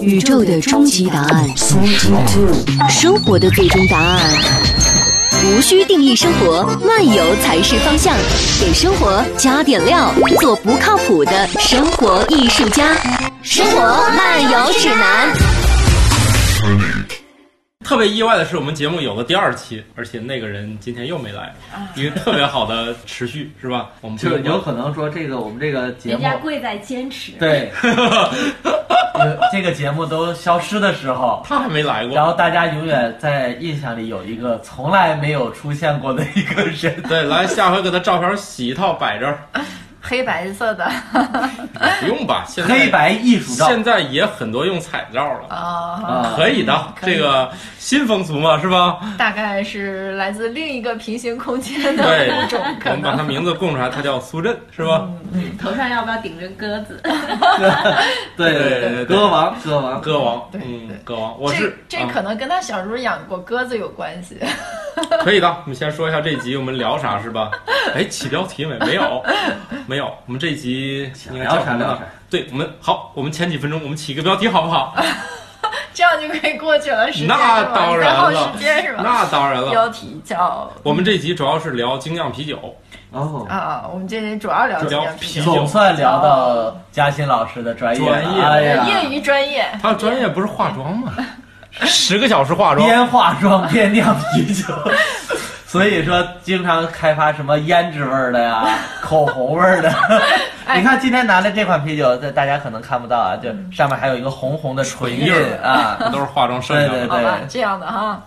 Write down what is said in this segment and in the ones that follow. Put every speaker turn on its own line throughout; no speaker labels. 宇宙的终极答案，生活的最终答案。无需定义生活，漫游才是方向。给生活加点料，做不靠谱的生活艺术家。生活漫游指南。
特别意外的是，我们节目有了第二期，而且那个人今天又没来，
啊
一个特别好的持续，是吧？我们
就是有可能说这个我们这个节
人
目
家贵在坚持。
对，呃这个节目都消失的时候，
他还没来过，
然后大家永远在印象里有一个从来没有出现过的一个人。
对，来下回给他照片洗一套摆这儿，
黑白色的 哎
不用吧？现在
黑白艺术照
现在也很多用彩照了，
啊，
啊，
可以的，
可以
这个新风俗嘛，是吧？
大概是来自另一个平行空间的
对
某种，
我
可
们把他
能。
名字供出来，他叫苏振，是吧？
嗯
头上要不要顶着鸽子？
对
对对对
歌王，歌王，
歌王，
对对
嗯，歌王，我
这
是
这
啊
可能跟他小时候养过鸽子有关系。
可以的，我们先说一下这集我们聊啥是 吧？哎，起标题没？没有，没有。我们这集应该叫什么
想聊啥聊
呢
啥？
对，我们好，我们前几分钟我们起一个标题好不 好？
这样就可以过去了，时间
那
是吧
当
你
然
在耗
了
时间是吧？
那当然了，
标题叫
我们这集主要是聊精酿啤酒，
哦，
啊，我们这里主要聊
主
精
要
酿啤
啤
酒，
酒
总算聊到嘉欣老师的专业了，
专业
哎
业
呀，
余专业。
他的专业不是化妆 吗？十个小时化妆，
边化妆边酿啤酒。所以说，经常开发什么胭脂味儿的呀， 口红味儿的。
哎
你看今天拿的这款啤酒，这大家可能看不到啊，就上面还有一个红红的唇
嗯唇印
印
儿
啊。
都是化妆剩下
对对
的。
好吧，这样的哈。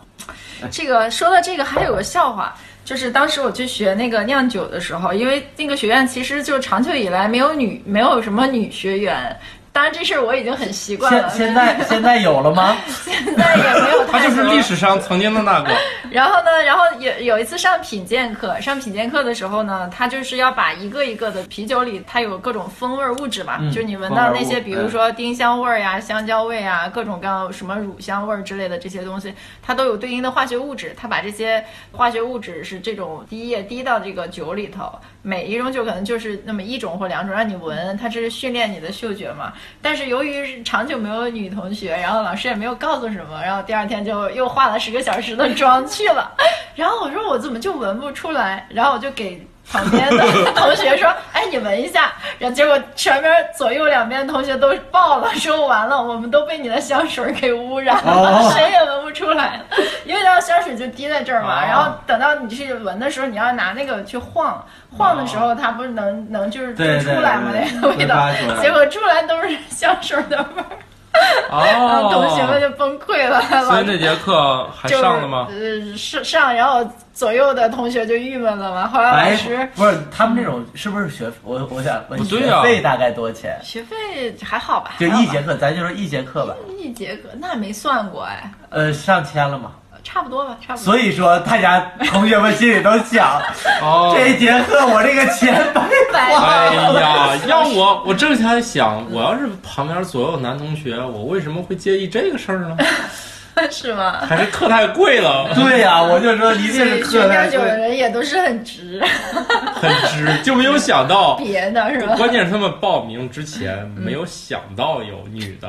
这个说到这个，还有个笑话，就是当时我去学那个酿酒的时候，因为那个学院其实就长久以来没有女，没有什么女学员。当然这事儿我已经很习惯
现
了，
现在现在有 了吗？
现在也没有
他
太
就是
多
历史上曾经的那 个，
然后呢，然后有有一次上品鉴课，上品鉴课的时候呢，他就是要把一个一个的啤酒里，它有各种风味物质嘛，
嗯
就是你闻到那
风
些，
味物
比如说丁香味儿呀、香蕉味啊、各种各样什么乳香味儿之类的这些东西，它都有对应的化学物质。他把这些化学物质是这种滴液滴到这个酒里头，每一种酒可能就是那么一种或两种让你闻，它这是训练你的嗅觉嘛。但是由于是长久没有女同学，然后老师也没有告诉什么，然后第二天就又化了十个小时的妆去了。 然后我说我怎么就闻不出来？然后我就给旁边的 同学说：“哎，你闻一下。”然后结果前面左右两边同学都爆了，说完了，我们都被你的香水给污染了，
哦
谁也闻不出来了，因为那香水就滴在这儿嘛。
哦
然后等到你去闻的时候，你要拿那个去晃，晃的时候它不是能能就是就
对对
出来嘛
对
那个味
挥
道
发出，来
结果出来都是香水的味儿，
啊
然后
哦，
同学们就崩溃了，
所
老
以那节课还
就是
上了吗？
呃，上上，然后左右的同学就郁闷了嘛。后来老
哎
白
师
哎不是他们这种是不是学我我想问
不对
学
啊
费大概多少钱？
学费还好吧？
就
还好
一
吧
节课，咱就说一节课吧。
一节课，那没算过哎，
呃，上千了嘛。
差不多吧，差不多。
所以说，大家同学们心里都想，
哦，
这一节课我这个钱白
白
花
哎
了。
呀，要我，我正在想，我要是旁边左右男同学，我为什么会介意这个事儿呢？
是吗？
还是课太贵 了，
对呀、我就说一定是
学
课
学
太
酿酒的
贵。
人也都是很直，
很值，就没有想 到。
别的 是吧？
关键是他们报名之前没有想到有女的，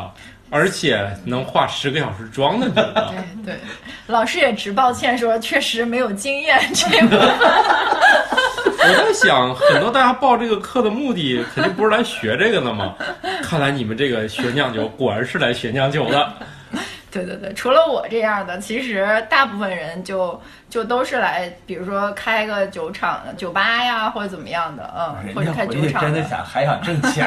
而且能化十个小时妆的女的。
对对，老师也直抱歉说，确实没有经验这部分。
我在想，很多大家报这个课的目的肯定不是来学这个的嘛。看来你们这个学酿酒果然是来学酿酒的。
对对对，除了我这样的，其实大部分人就就都是来，比如说开个酒厂、酒吧呀，或者怎么样的，
哎
嗯，或者开
人家
酒
回去
厂
真
的
的想还想挣 钱，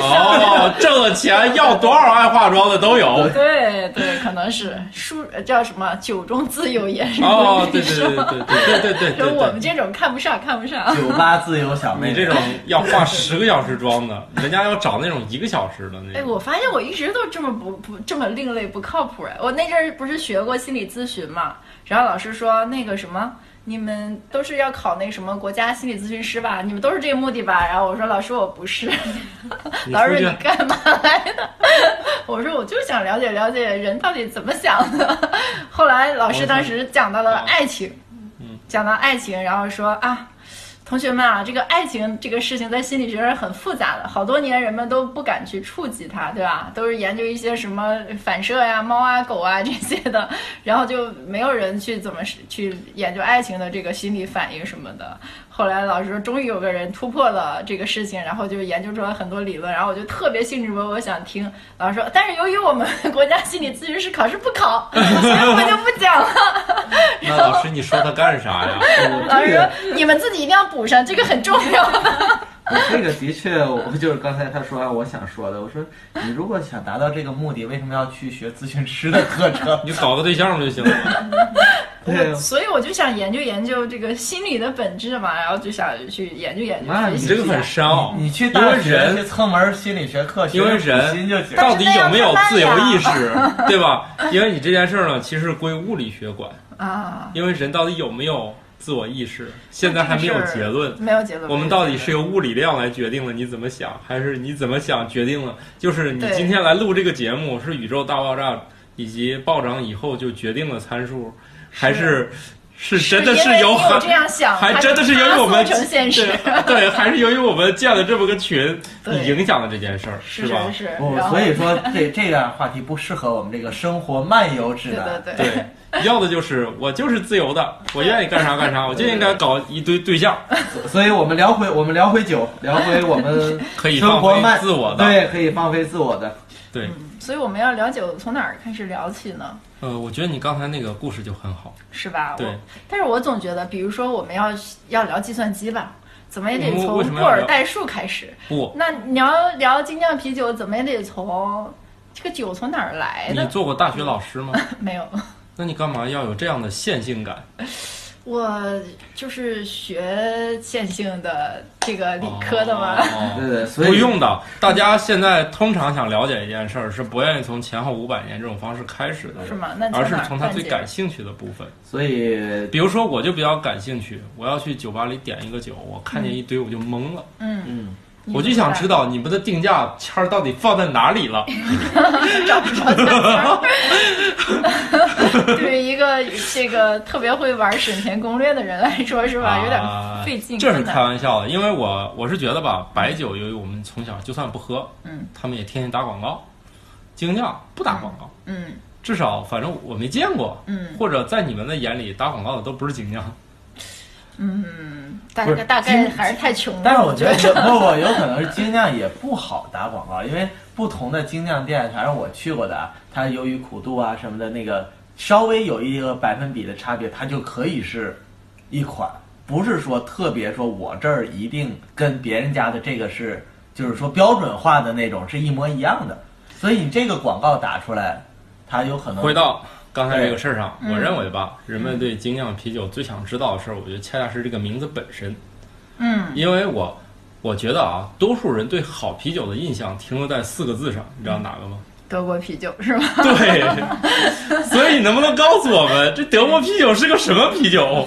哦，挣了钱要多少爱化妆的都有。
对对，可能是书呃叫什么“酒中自有颜”是
哦，对
你
对
说
对对对对对对
说
对
我们
对，
这种看不上，看不上。
酒吧自由小妹。
你这种要化十个小时妆的，人家要找那种一个小时的那
哎，
种。
我发现我一直都这么不不这么另类不靠谱哎！我那阵儿不是学过心理咨询嘛，然后老师说那个什么，你们都是要考那什么国家心理咨询师吧？你们都是这个目的吧？然后我说老师我不是，
你
老
出
师说
去
你干嘛来的？ 我说我就想了解了解人到底怎么想的。 后来老师当时讲到了爱情，讲到爱情，然后说啊，同学们啊，这个爱情这个事情在心理学上很复杂的，好多年人们都不敢去触及它，对吧？都是研究一些什么反射呀、猫啊、狗啊这些的， 然后就没有人去怎么是去研究爱情的这个心理反应什么的。后来老师说，终于有个人突破了这个事情，然后就研究出来很多理论，然后我就特别兴致勃勃想听。老师说，但是由于我们国家心理咨询师考试不考，所以我就不讲了。
那老师你说他干啥呀？
老师
这个
说，你们自己一定要补上，这个很重要。
我这个的确，我就是刚才他说完我想说的，我说你如果想达到这个目的，为什么要去学咨询师的课程？
你搞个对象不就行了吗？啊
对
我 所以我就想研究研究这个心理的本质嘛，然后就想去研究研究
那
学
你
习
这个
一下
很深奥，
你去
因为
大学
人
去蹭门心理学课，学
因为
学
人
心就行。
到底有没有自由意识，对吧？因为你这件事儿呢，其实归物理学管，
啊，
因为人到底有没有自我意识，现在还没有结论。
没有结论。
我们到底是
有
由物理量来决定了你怎么想，还是你怎么想决定了？就是你
对
今天来录这个节目，是宇宙大爆炸以及暴涨以后就决定了参数，还是是真的是由
我
还
这样想，
还
它
真的是由于我们
它塑成现实，
对对，还是由于我们建了这么个群，
对
你影响了这件事儿，
是
吧哦
是？是。
不，
然后
哦所以 说这这样话题不适合我们这个生活漫游指
对
南。
对对，
啊对，要的就是我就是自由的，我愿意干啥干啥，我就应该搞一堆对象，
所以我们聊回我们聊回酒，聊回我 们
可以
生
放
活漫
飞自我的。
对，可以放飞自我的。
对，
所以我们要了解我从哪儿开始聊起呢？
呃，我觉得你刚才那个故事就很好。
是吧？
对
我，但是我总觉得，比如说我们要要聊计算机吧，怎么也得
嗯我们
从
为什么
布
要聊
尔代数开始。
不，
那你要聊精酿啤酒，怎么也得从这个酒从哪儿来
你
的？
做过大学老师吗？
没有，
那你干嘛要有这样的线性感？
我就是学线性的这个理科的嘛。
哦
对 对，所以
不用的，大家现在通常想了解一件事儿，是不愿意从前后五百年这种方式开始的，
哦是吗？那
而
从
是
哪儿
从他
办
最
起
感兴趣的部分。
所以
比如说，我就比较感兴趣，我要去酒吧里点一个酒，我看见一堆我就懵了，
嗯，
嗯，
你
我就想
怎么
知道你们的定价签儿到底放在哪里了。
办。 对于一个这个特别会玩省钱攻略的人来说，是吧？有点
啊
费劲。
这是
困难
开玩笑的，因为我我是觉得吧，白酒由于我们从小就算不喝，
嗯，
他们也天天打广告，精酿不打广告，
嗯
至少反正我没见过，
嗯
或者在你们的眼里打广告的都不是精酿，
嗯，大
不
概
是
大概还是太穷了。
但是我觉得有 不不，有可能是精酿也不好打广告，因为不同的精酿店，反正我去过的啊，它由于苦度啊什么的，那个稍微有一个百分比的差别，它就可以是一款，不是说特别说我这儿一定跟别人家的这个是，就是说标准化的那种是一模一样的，所以你这个广告打出来，它有可能
回到刚才这个事儿上，
对
我认为吧，人们对精酿啤酒最想知道的事儿，我觉得恰恰是这个名字本身。
嗯，
因为我我觉得啊，多数人对好啤酒的印象停留在四个字上，你知道哪个吗？
德国啤酒是吧？
对， 所以能不能告诉我们，这德国啤酒是个什么啤酒？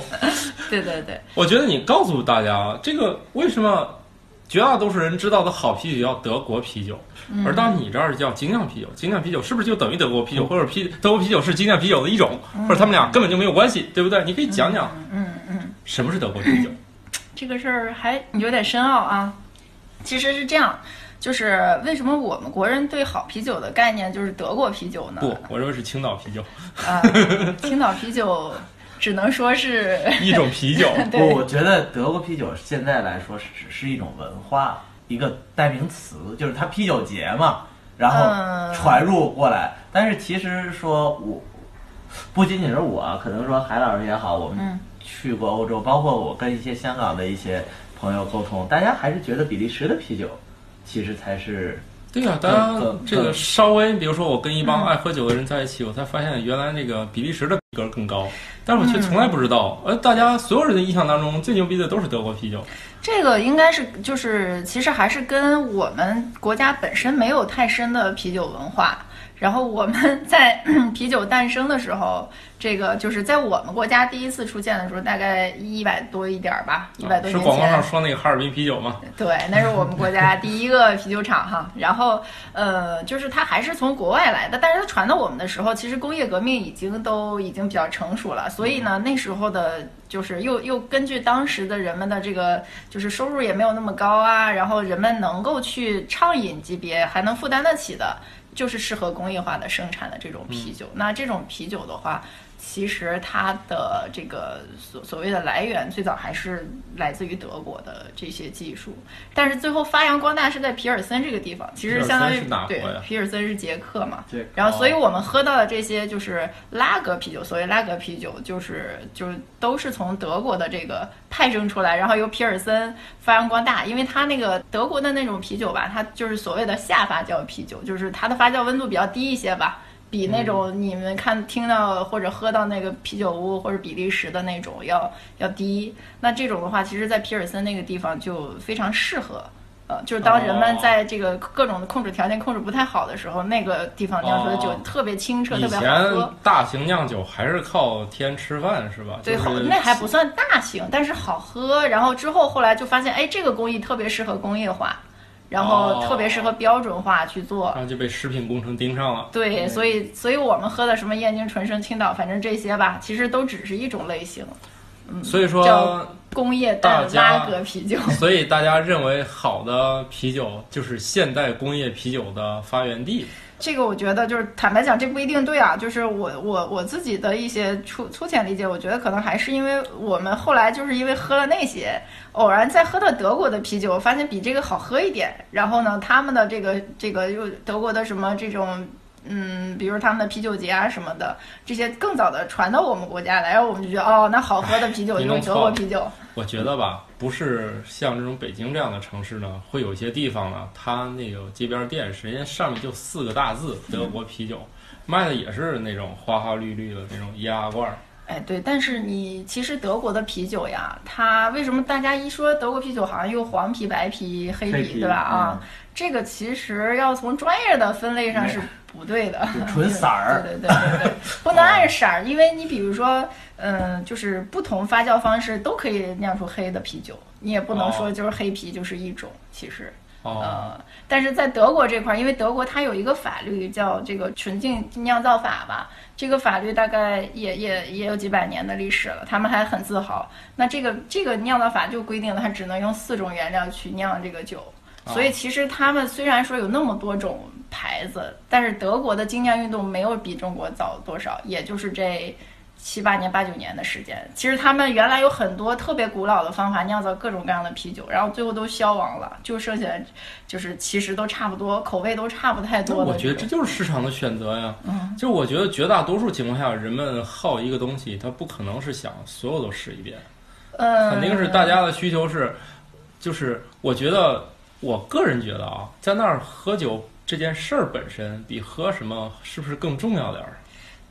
对对对，
我觉得你告诉大家啊，这个为什么绝大多数人知道的好啤酒叫德国啤酒，而到你这儿叫精酿啤酒，精酿啤酒是不是就等于德国啤酒，或者啤德国啤酒是精酿啤酒的一种，或者他们俩根本就没有关系，对不对？你可以讲讲
嗯嗯。
什么是德国啤酒？
这个事儿还有点深奥啊。其实是这样，就是为什么我们国人对好啤酒的概念就是德国啤酒呢？
不，我认为是青岛啤酒，
啊，青岛啤酒只能说是
一种啤酒。
对
不，我觉得德国啤酒现在来说是是一种文化，一个代名词，就是它啤酒节嘛，然后
嗯
传入过来。但是其实说我，不仅仅是我，可能说海老师也好，我们
嗯
去过欧洲，包括我跟一些香港的一些朋友沟通，大家还是觉得比利时的啤酒其实才是
对呀、大家
更更
这个稍微，比如说我跟一帮爱喝酒的人在一起，我才发现原来那个比利时的逼格更高，但是我却从来不知道。呃，大家所有人的印象当中，最牛逼的都是德国啤酒。
这个应该是就是其实还是跟我们国家本身没有太深的啤酒文化。然后我们在 啤酒诞生的时候，这个就是在我们国家第一次出现的时候，大概一百多一点儿吧，一百多
啊是
年前。
广告上说那个哈尔滨啤酒吗？
对，那是我们国家第一个啤酒厂哈。然后，呃，就是它还是从国外来的，但是它传到我们的时候，其实工业革命已经都已经比较成熟了，所以呢，那时候的就是又又根据当时的人们的这个，就是收入也没有那么高啊，然后人们能够去畅饮级别还能负担得起的，就是适合工业化的生产的这种
嗯
啤酒。那这种啤酒的话，其实它的这个所所谓的来源，最早还是来自于德国的这些技术，但是最后发扬光大是在皮尔森这个地方，其实相当于
皮尔森是哪国
对
呀
皮尔森是捷克嘛，
对，
然后，所以我们喝到的这些就是拉格啤酒，所谓拉格啤酒，就是就是都是从德国的这个派生出来，然后由皮尔森发扬光大，因为它那个德国的那种啤酒吧，它就是所谓的下发酵啤酒，就是它的发酵温度比较低一些吧，比那种你们看听到或者喝到那个啤酒屋或者比利时的那种要要低。那这种的话，其实，在皮尔森那个地方就非常适合。呃，就是当人们
哦
在这个各种的控制条件控制不太好的时候，那个地方酿出的酒
哦
特别清澈，
以
特别好
前
喝。
大型酿酒还是靠天吃饭是吧？
对，
就
好，
是
那还不算大型，但是好喝。然后之后后来就发现，哎，这个工艺特别适合工业化，然后
哦
特别适合标准化去做。
然后就被食品工程盯上了。
对，所以所以我们喝的什么燕京纯生、青岛，反正这些吧，其实都只是一种类型，
所以说，
嗯叫工业
大
淡
家
拉格啤酒。
所以大家认为好的啤酒就是现代工业啤酒的发源地。
这个我觉得就是坦白讲，这不一定对啊。就是我我我自己的一些粗粗浅理解，我觉得可能还是因为我们后来就是因为喝了那些，偶然再喝到德国的啤酒，发现比这个好喝一点。然后呢，他们的这个这个又德国的什么这种。嗯，比如他们的啤酒节啊什么的，这些更早的传到我们国家来，然后我们就觉得哦，那好喝的啤酒
你
就
弄
是德
错
国
了
啤酒。
我觉得吧，不是像这种北京这样的城市呢，会有一些地方呢，它那个街边店，人家上面就四个大字“德国啤酒”，卖的也是那种花花绿绿的那种易拉罐儿。
哎，对，但是你其实德国的啤酒呀，它为什么大家一说德国啤酒，好像又黄啤、白啤、黑
黑啤嗯
对吧？啊，这个其实要从专业的分类上是不对的，
就 纯色儿哦
对对对对 对，不能按色儿，因为你比如说，嗯、就是不同发酵方式都可以酿出黑的啤酒，你也不能说
哦
就是黑啤就是一种，其实。
哦，
呃，但是在德国这块儿，因为德国它有一个法律叫这个纯净酿造法吧，这个法律大概也也也有几百年的历史了，他们还很自豪。那这个这个酿造法就规定了，它只能用四种原料去酿这个酒，
啊
所以其实他们虽然说有那么多种牌子，但是德国的精酿运动没有比中国早多少，也就是这。七八年、八九年的时间，其实他们原来有很多特别古老的方法酿造各种各样的啤酒，然后最后都消亡了，就剩下就是其实都差不多，口味都差不太
那
多的种。嗯
我觉得这就是市场的选择呀。就我觉得绝大多数情况下，人们好一个东西，他不可能是想所有都试一遍。
嗯，
肯定是大家的需求是，就是我觉得，我个人觉得啊，在那儿喝酒这件事儿本身比喝什么是不是更重要点儿？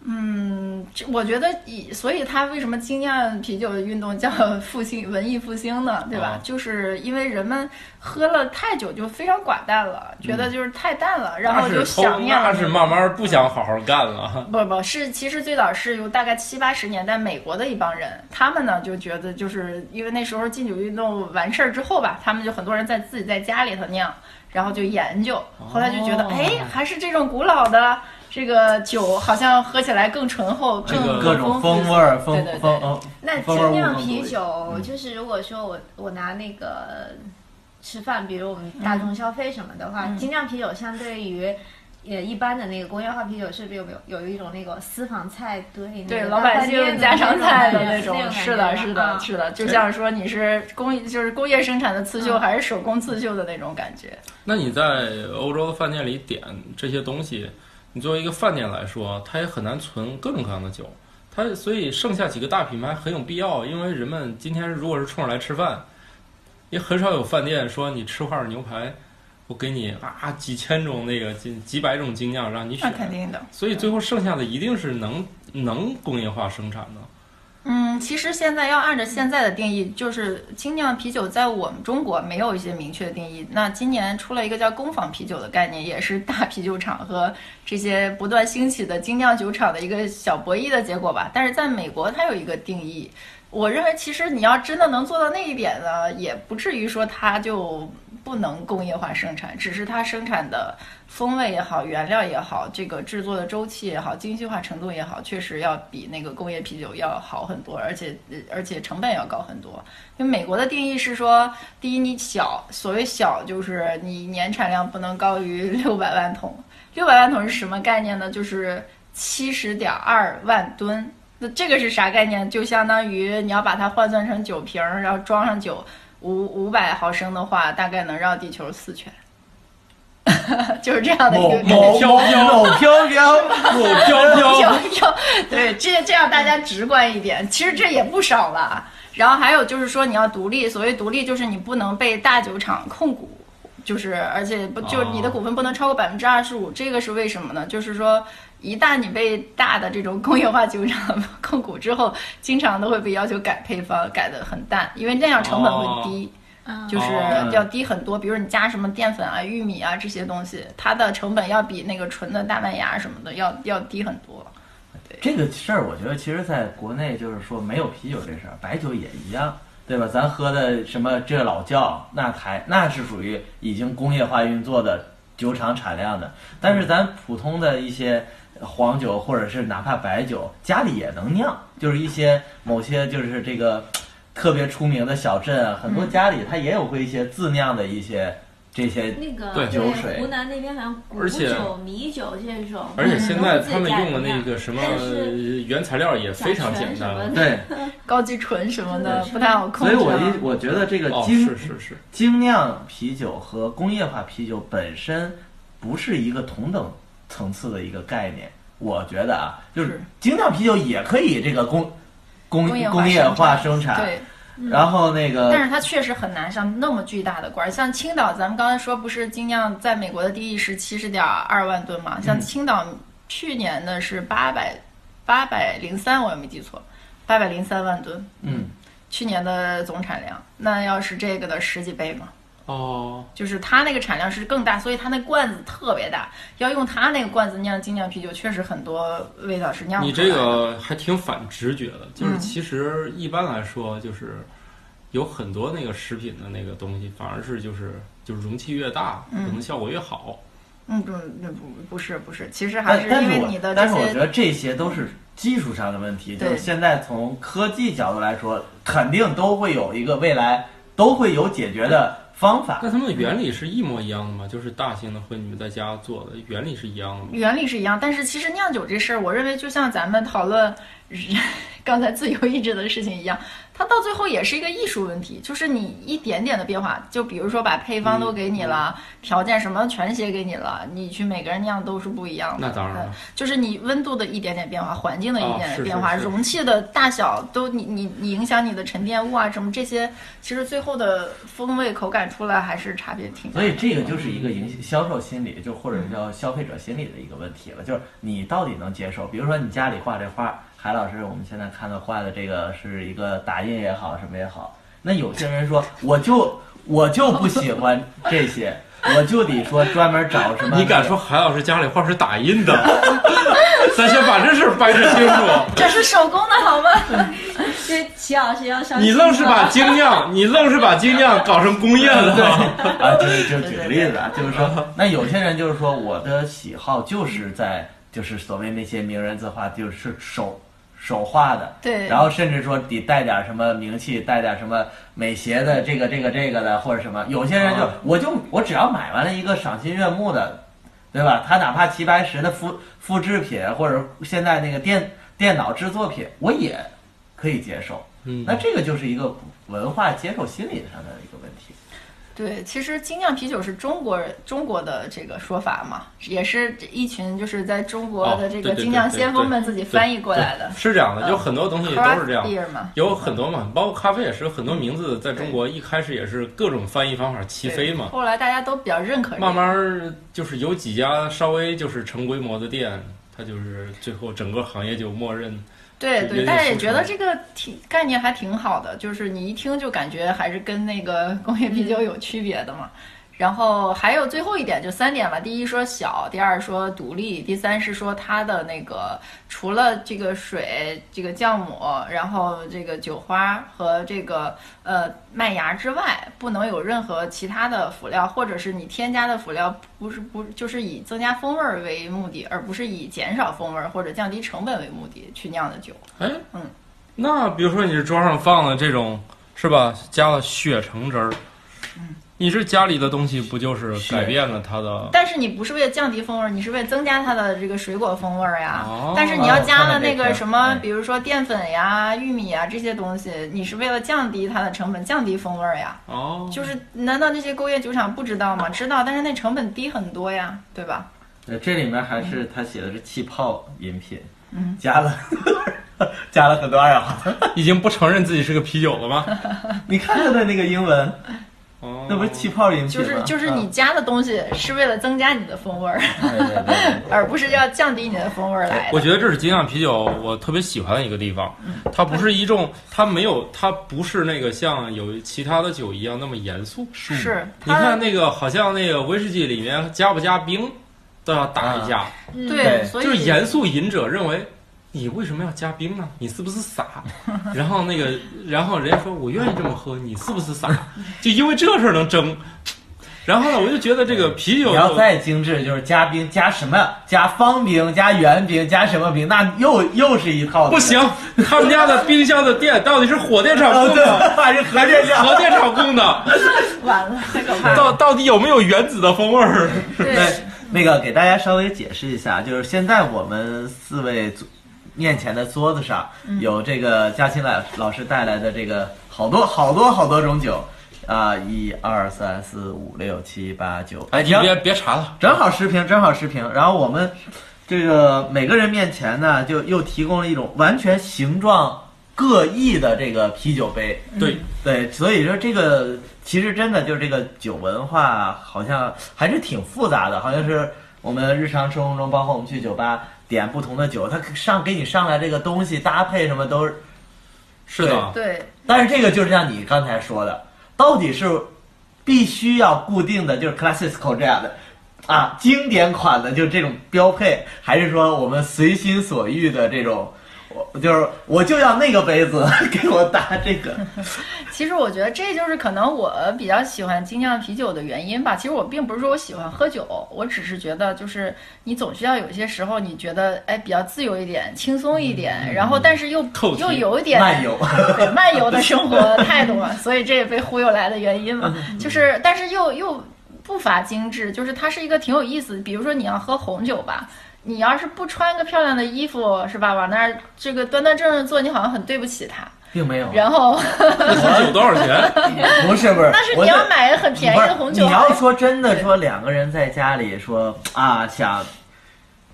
嗯，这我觉得以，所以它为什么精酿啤酒运动叫复兴文艺复兴呢？对吧？
哦
就是因为人们喝了太久就非常寡淡了，觉得就是太淡了，然后
嗯那
就是
偷
想念了
那是慢慢不想好好干了。
不不是，其实最早是由大概七八十年代美国的一帮人，他们呢就觉得，就是因为那时候禁酒运动完事儿之后吧，他们就很多人在自己在家里头酿，然后就研究，后来就觉得，
哦
哎，还是这种古老的这个酒，好像喝起来更醇厚，
这
更
个
各
更
种
丰
风
富
味儿，风
对对对
风呃
那
风味
精
儿物
酿
更
啤
多一
嗯
酒就是，如果说我我拿那个吃饭，比如我们大众消费什么的话，
嗯
精酿啤酒相对于。也一般的那个工业化啤酒是不是有有有一种那个私房菜堆？
对
那个
老百
饭店
姓
的
家常菜的
那
那种，是
感
的，
觉啊
是的，是的，就像说你是工业，就是工业生产的刺绣，
嗯
还是手工刺绣的那种感觉。
那你在欧洲的饭店里点这些东西，你作为一个饭店来说，它也很难存各种各样的酒。它所以剩下几个大品牌很有必要，因为人们今天如果是冲着来吃饭，也很少有饭店说你吃块牛排，我给你啊几千种那个几几百种精酿让你
那
选。
肯定的。
所以最后剩下的一定是能能工业化生产的。
嗯，其实现在要按照现在的定义，就是精酿啤酒在我们中国没有一些明确的定义。那今年出了一个叫工坊啤酒的概念，也是大啤酒厂和这些不断兴起的精酿酒厂的一个小博弈的结果吧。但是在美国，它有一个定义，我认为其实你要真的能做到那一点呢，也不至于说它就不能工业化生产，只是它生产的风味也好，原料也好，这个制作的周期也好，精细化程度也好，确实要比那个工业啤酒要好很多，而且呃而且成本也要高很多。因为美国的定义是说，第一你小，所谓小就是你年产量不能高于 六百万桶，六百万桶是什么概念呢？就是七十点二万吨。那这个是啥概念？就相当于你要把它换算成酒瓶儿，然后装上酒五五百毫升的话，大概能绕地球四圈， 就是这样的一
某
个
某
某
飘飘
某飘飘，
我飘
有
飘，
有， 对，这这样大家直观一点。其实这也不少了。然后还有就是说，你要独立，所谓独立就是你不能被大酒厂控股，就是而且不就
哦
你的股份不能超过百分之二十五，这个是为什么呢？就是说，一旦你被大的这种工业化酒厂 控股之后，经常都会被要求改配方，改的很淡，因为那样成本会低。
嗯，
就是
哦
要低很多。比如你加什么淀粉啊、玉米啊这些东西，它的成本要比那个纯的大麦芽什么的要要低很多。
这个事儿，我觉得其实在国内就是说没有啤酒这事儿，白酒也一样，对吧？咱喝的什么这老窖、那台，那是属于已经工业化运作的酒厂产量的，但是咱普通的一些黄酒或者是哪怕白酒，家里也能酿，就是一些某些就是这个特别出名的小镇啊，很多
嗯
家里它也有会一些自酿的一些这些
那个
对
酒水
湖南那边好像古
而且
酒、米酒这种，
而
嗯
且现在他们用的
都是自己家里
那
酿
个什么
但是
原材料也非常简
甲
单
醛什么，的
对，
高级醇什么的
对
不太好控制
所以
啊。
我一我觉得这个
哦，
精
是是是，
精酿啤酒和工业化啤酒本身不是一个同等层次的一个概念。我觉得啊，就是
是
精酿啤酒也可以这个工工
工业化
工业化生产，
对，
然后那
但
个
是它确实很难上那么巨大的官儿。像青岛，咱们刚才说不是精酿在美国的第一是七十点二万吨嘛？像
嗯
青岛去年的是八百八百零三，我也没记错，八百零三万吨，
嗯，
去年的总产量。那要是这个的十几倍嘛？
哦，
就是它那个产量是更大，所以它那罐子特别大。要用它那个罐子酿精酿啤酒，确实很多味道是酿不
你
出来的
这个还挺反直觉的，就是
嗯
其实一般来说，就是有很多那个食品的那个东西，反而是就是就是容器越大，可
嗯
能效果越好。
嗯，不不不不是不是，其实还
但
是
但
因
是
为你
我
的这
但是我觉
些
得这些都是技术上的问题，就
对
是现在从科技角度来说，肯定都会有一个未来都会有解决的方法。
那它们的原理是一模一样的吗？就是大型的和你们在家做的原理是一样的吗？
原理是一样，但是其实酿酒这事儿，我认为就像咱们讨论 刚才自由意志的事情一样，它到最后也是一个艺术问题，就是你一点点的变化，就比如说把配方
嗯
都给你了，条件什么全写给你了，你去每个人酿都是不一样的。
那当然了，
就是你温度的一点点变化，环境的一点
啊是
点变化，
是是
容器的大小都你你你影响你的沉淀物啊什么这些，其实最后的风味口感出来还是差别挺大
所。以这个就是一个营销售心理，就或者叫消费者心理的一个问题了，就是你到底能接受？比如说你家里画这画，海老师，我们现在看到画的这个是一个打印也好，什么也好，那有些人说我就我就不喜欢这些，我就得说专门找什么？
嗯
你敢说？海老师家里画是打 印的？咱先把这事儿掰扯清楚。
这是手工的好吗？
对，齐老师要上
你愣是把
吧？
精酿，你愣是把精酿搞成工业了。
啊，就是就举个例子啊，就是说，那有些人就是说，我的喜好就是在就是所谓那些名人字画，就是手手画的，
对
然后甚至说得带点什么名气，带点什么美协的这个这个这个的，或者什么，有些人就
哦
啊
我就我只要买完了一个赏心悦目的，对吧？他哪怕齐白石的复复制品，或者现在那个电电脑制作品，我也可以接受。
嗯
哎
那这个就是一个文化接受心理上的一个问题。
对，其实精酿啤酒是中国人中国的这个说法嘛，也是一群就是在中国的这
哦对对
个
对
精酿先锋们自己翻译过来的
对。是这样的，
嗯
有很多东西都是这
craft
样。
beer 嘛，
有很多嘛，包括咖啡也是有很多名字，在中国一开始也是各种翻译方法齐
对
飞嘛。
后来大家都比较认可这个。
慢慢儿就是有几家稍微就是成规模的店，它就是最后整个行业就默认
对
也
对，但是
也
也
是
觉得这个挺概念还挺好的，就是你一听就感觉还是跟那个工业啤酒有区别的嘛。然后还有最后一点就三点吧，第一说小，第二说独立，第三是说它的那个除了这个水、这个酵母，然后这个酒花和这个呃麦芽之外，不能有任何其他的辅料，或者是你添加的辅料不是不就是以增加风味儿为目的，而不是以减少风味儿或者降低成本为目的去酿的酒。
哎，
嗯，
那比如说你桌上放了这种是吧，加了血橙汁儿，你这家里的东西不就是
是
改变了它的？
但是你不是为了降低风味儿，你是为了增加它的这个水果风味儿呀。
哦
但是你要加了那
哦看到这
个
个
什么，
嗯
比如说淀粉呀、玉米呀这些东西，你是为了降低它的成本，降低风味儿呀。
哦，
就是难道那些工业酒厂不知道吗？知道，但是那成本低很多呀，对吧？
呃，这里面还是他写的是气泡饮品，
嗯，
加了 加了很多二氧化碳。
已经不承认自己是个啤酒了吗？
你看他的那个英文，
哦，
那不是气泡饮品
就
吗？
是就是你加的东西是为了增加你的风味儿，
嗯，对对对对
而不是要降低你的风味儿来
我
的。嗯
觉得这是精酿啤酒我特别喜欢的一个地方，它不是一种，它没有，它不是那个像有其他的酒一样那么严肃。
是，
嗯你
它
看那个，好像那个威士忌里面加不加冰都要打一架，
嗯对，
对
啊所以
就是严肃饮者认为你为什么要加冰呢？你是不是傻？ 然后那个，然后人家说我愿意这么喝，你是不是傻？就因为这事儿能争。然后呢，我就觉得这个啤酒
你要再精致，就是加冰，加什么？加方冰，加圆冰，加什么冰？那又又是一套。
不行，啊他们家的冰箱的电到底是火电厂
哦，
供
对
的，
还是核
核
电量。
电厂供的，
完了，太可 怕了。
到到底有没有原子的风味儿？
对
对，，那个给大家稍微解释一下，就是现在我们四位桌面前的桌子上有这个嘉欣老老师带来的这个好多好多好多种酒，啊、一二三四五六七八九，
哎，你
行
别别查了，
正好十瓶，正好十瓶。然后我们这个每个人面前呢，就又提供了一种完全形状各异的这个啤酒杯。
对，
对，所以说这个其实真的就是这个酒文化，好像还是挺复杂的，好像是我们日常生活中，包括我们去酒吧点不同的酒，它上给你上来这个东西搭配什么都是，
是的，
对，
但是这个就是像你刚才说的，到底是必须要固定的，就是 classical 这样的啊，经典款的，就是这种标配，还是说我们随心所欲的这种？我就是我就要那个杯子， 给我搭这 个。
其实我觉得这就是可能我比较喜欢精酿啤酒的原因吧。其实我并不是说我喜欢喝酒，我只是觉得就是你总需要有些时候你觉得哎比较自由一点、轻松一点，然后但是又
透题
又有一点
漫游
对漫游的生 活态度嘛。所以这也被忽悠来的原因嘛，就是但是又又不乏精致，就是它是一个挺有意思的。比如说你要喝红酒吧。你要是不穿个漂亮的衣服，是吧？往那儿这个端端正正坐，你好像很对不起他。
并没有，
然后
那酒多少钱？
不是不是，
但是
我
你要
在
买很便宜的红酒，
不是你要说真的说两个人在家里说啊想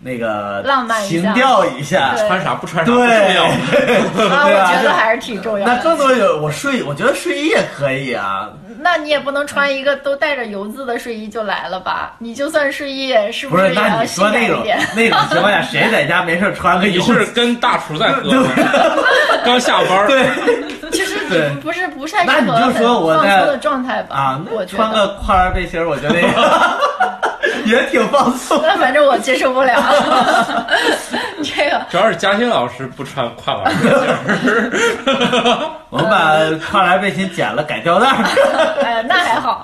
那个
浪漫一下
情调一下，
对
穿啥不穿啥不重要。
对，
啊，
对啊
我觉
对
得还是挺重要
那
的。
更多有我睡，我觉得睡衣也可以啊，
那你也不能穿一个都带着油渍的睡衣就来了吧？你就算睡衣，是
不
是
是？
也
那
要
你
性
说
感
那
一
种
点？
那种情况下，谁在家没事穿个
你
油？
是跟大厨在喝吗？刚下班儿，
对
其实
对
不是不太
那
适
你
合
就说我
放松
在
的状态吧？
啊，
我
那
觉
穿
得。
个跨栏背心儿，我觉得也 也挺放松。
那反正我接受不了 这个。
主要是嘉欣老师不穿跨栏背心儿。
我们
嗯
把跨栏背心剪了，改吊带儿。
哎，那还好。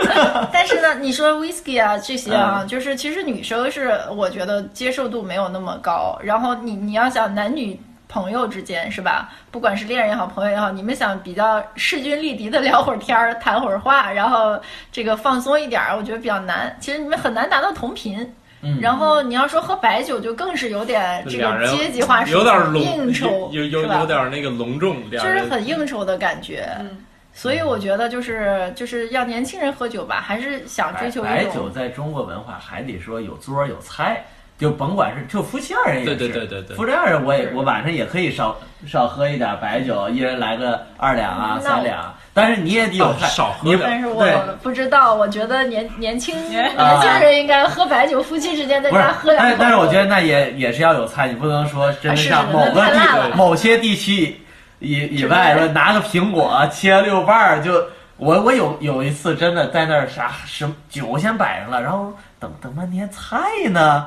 但是呢，你说 whisky 啊这些
嗯
啊，就是其实女生是我觉得接受度没有那么高。然后你你要想男女。朋友之间是吧？不管是恋人也好，朋友也好，你们想比较势均力敌的聊会儿天儿，谈会儿话，然后这个放松一点儿，我觉得比较难。其实你们很难达到同频。
嗯
然后你要说喝白酒，就更是有点这
俩
个
人
阶级化，
有点
是
隆，
应酬，
有有
是吧
有点那个隆重，俩
就是
人
很应酬的感觉。
嗯
所以我觉得就是就是要年轻人喝酒吧，还是想追求
白
一
酒
种
在中国文化还得说有桌儿有菜，就甭管是就夫妻二人也是，
对对对对对
夫妻二人我也
是
我晚上也可以少少喝一点白酒，一人来个二两啊
嗯那
三两，但是你也得有
啊
菜，
少喝
你
点
但是
对
我不知道，我觉得年年轻
啊
年轻人应该喝白酒，夫妻之间在
不是
家喝，
但
两
是
口。
但是我觉得那也也是要有菜，你不能说真
啊
的
是
像
是
某
那
个
太辣
地
了
某些地区以以
是
外
吧
啊说拿个苹果切六瓣儿就我我有有一次真的在那儿啥什么酒先摆上了，然后等等半天菜呢，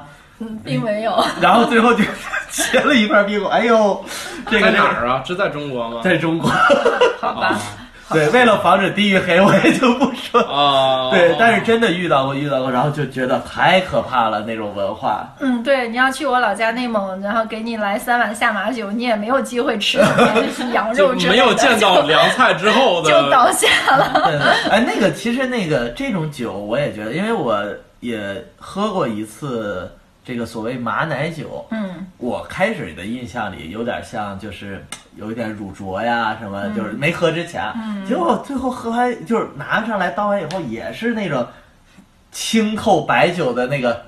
并没有。
然后最后就 切了一块冰果，哎呦，这个
在
这
哪
个
儿啊？这在中国吗？
在中国，
好 吧，
对，为了防止地域黑，我也就不说。
啊，
对，但是真的遇到过，遇到过，然后就觉得太可怕了那种文化。
嗯，对，你要去我老家内蒙，然后给你来三碗下马酒，你也没有机会吃什么羊
就
肉之类
没
的
有见到凉菜之后
就
的哦
倒下了。
对对，哎，那个其实那个这种酒，我也觉得，因为我也喝过一次这个所谓马奶酒，
嗯，
我开始的印象里有点像就是有一点乳浊呀什么，就是没喝之前，啊结果最后喝完就是拿上来倒完以后也是那种清透白酒的那个。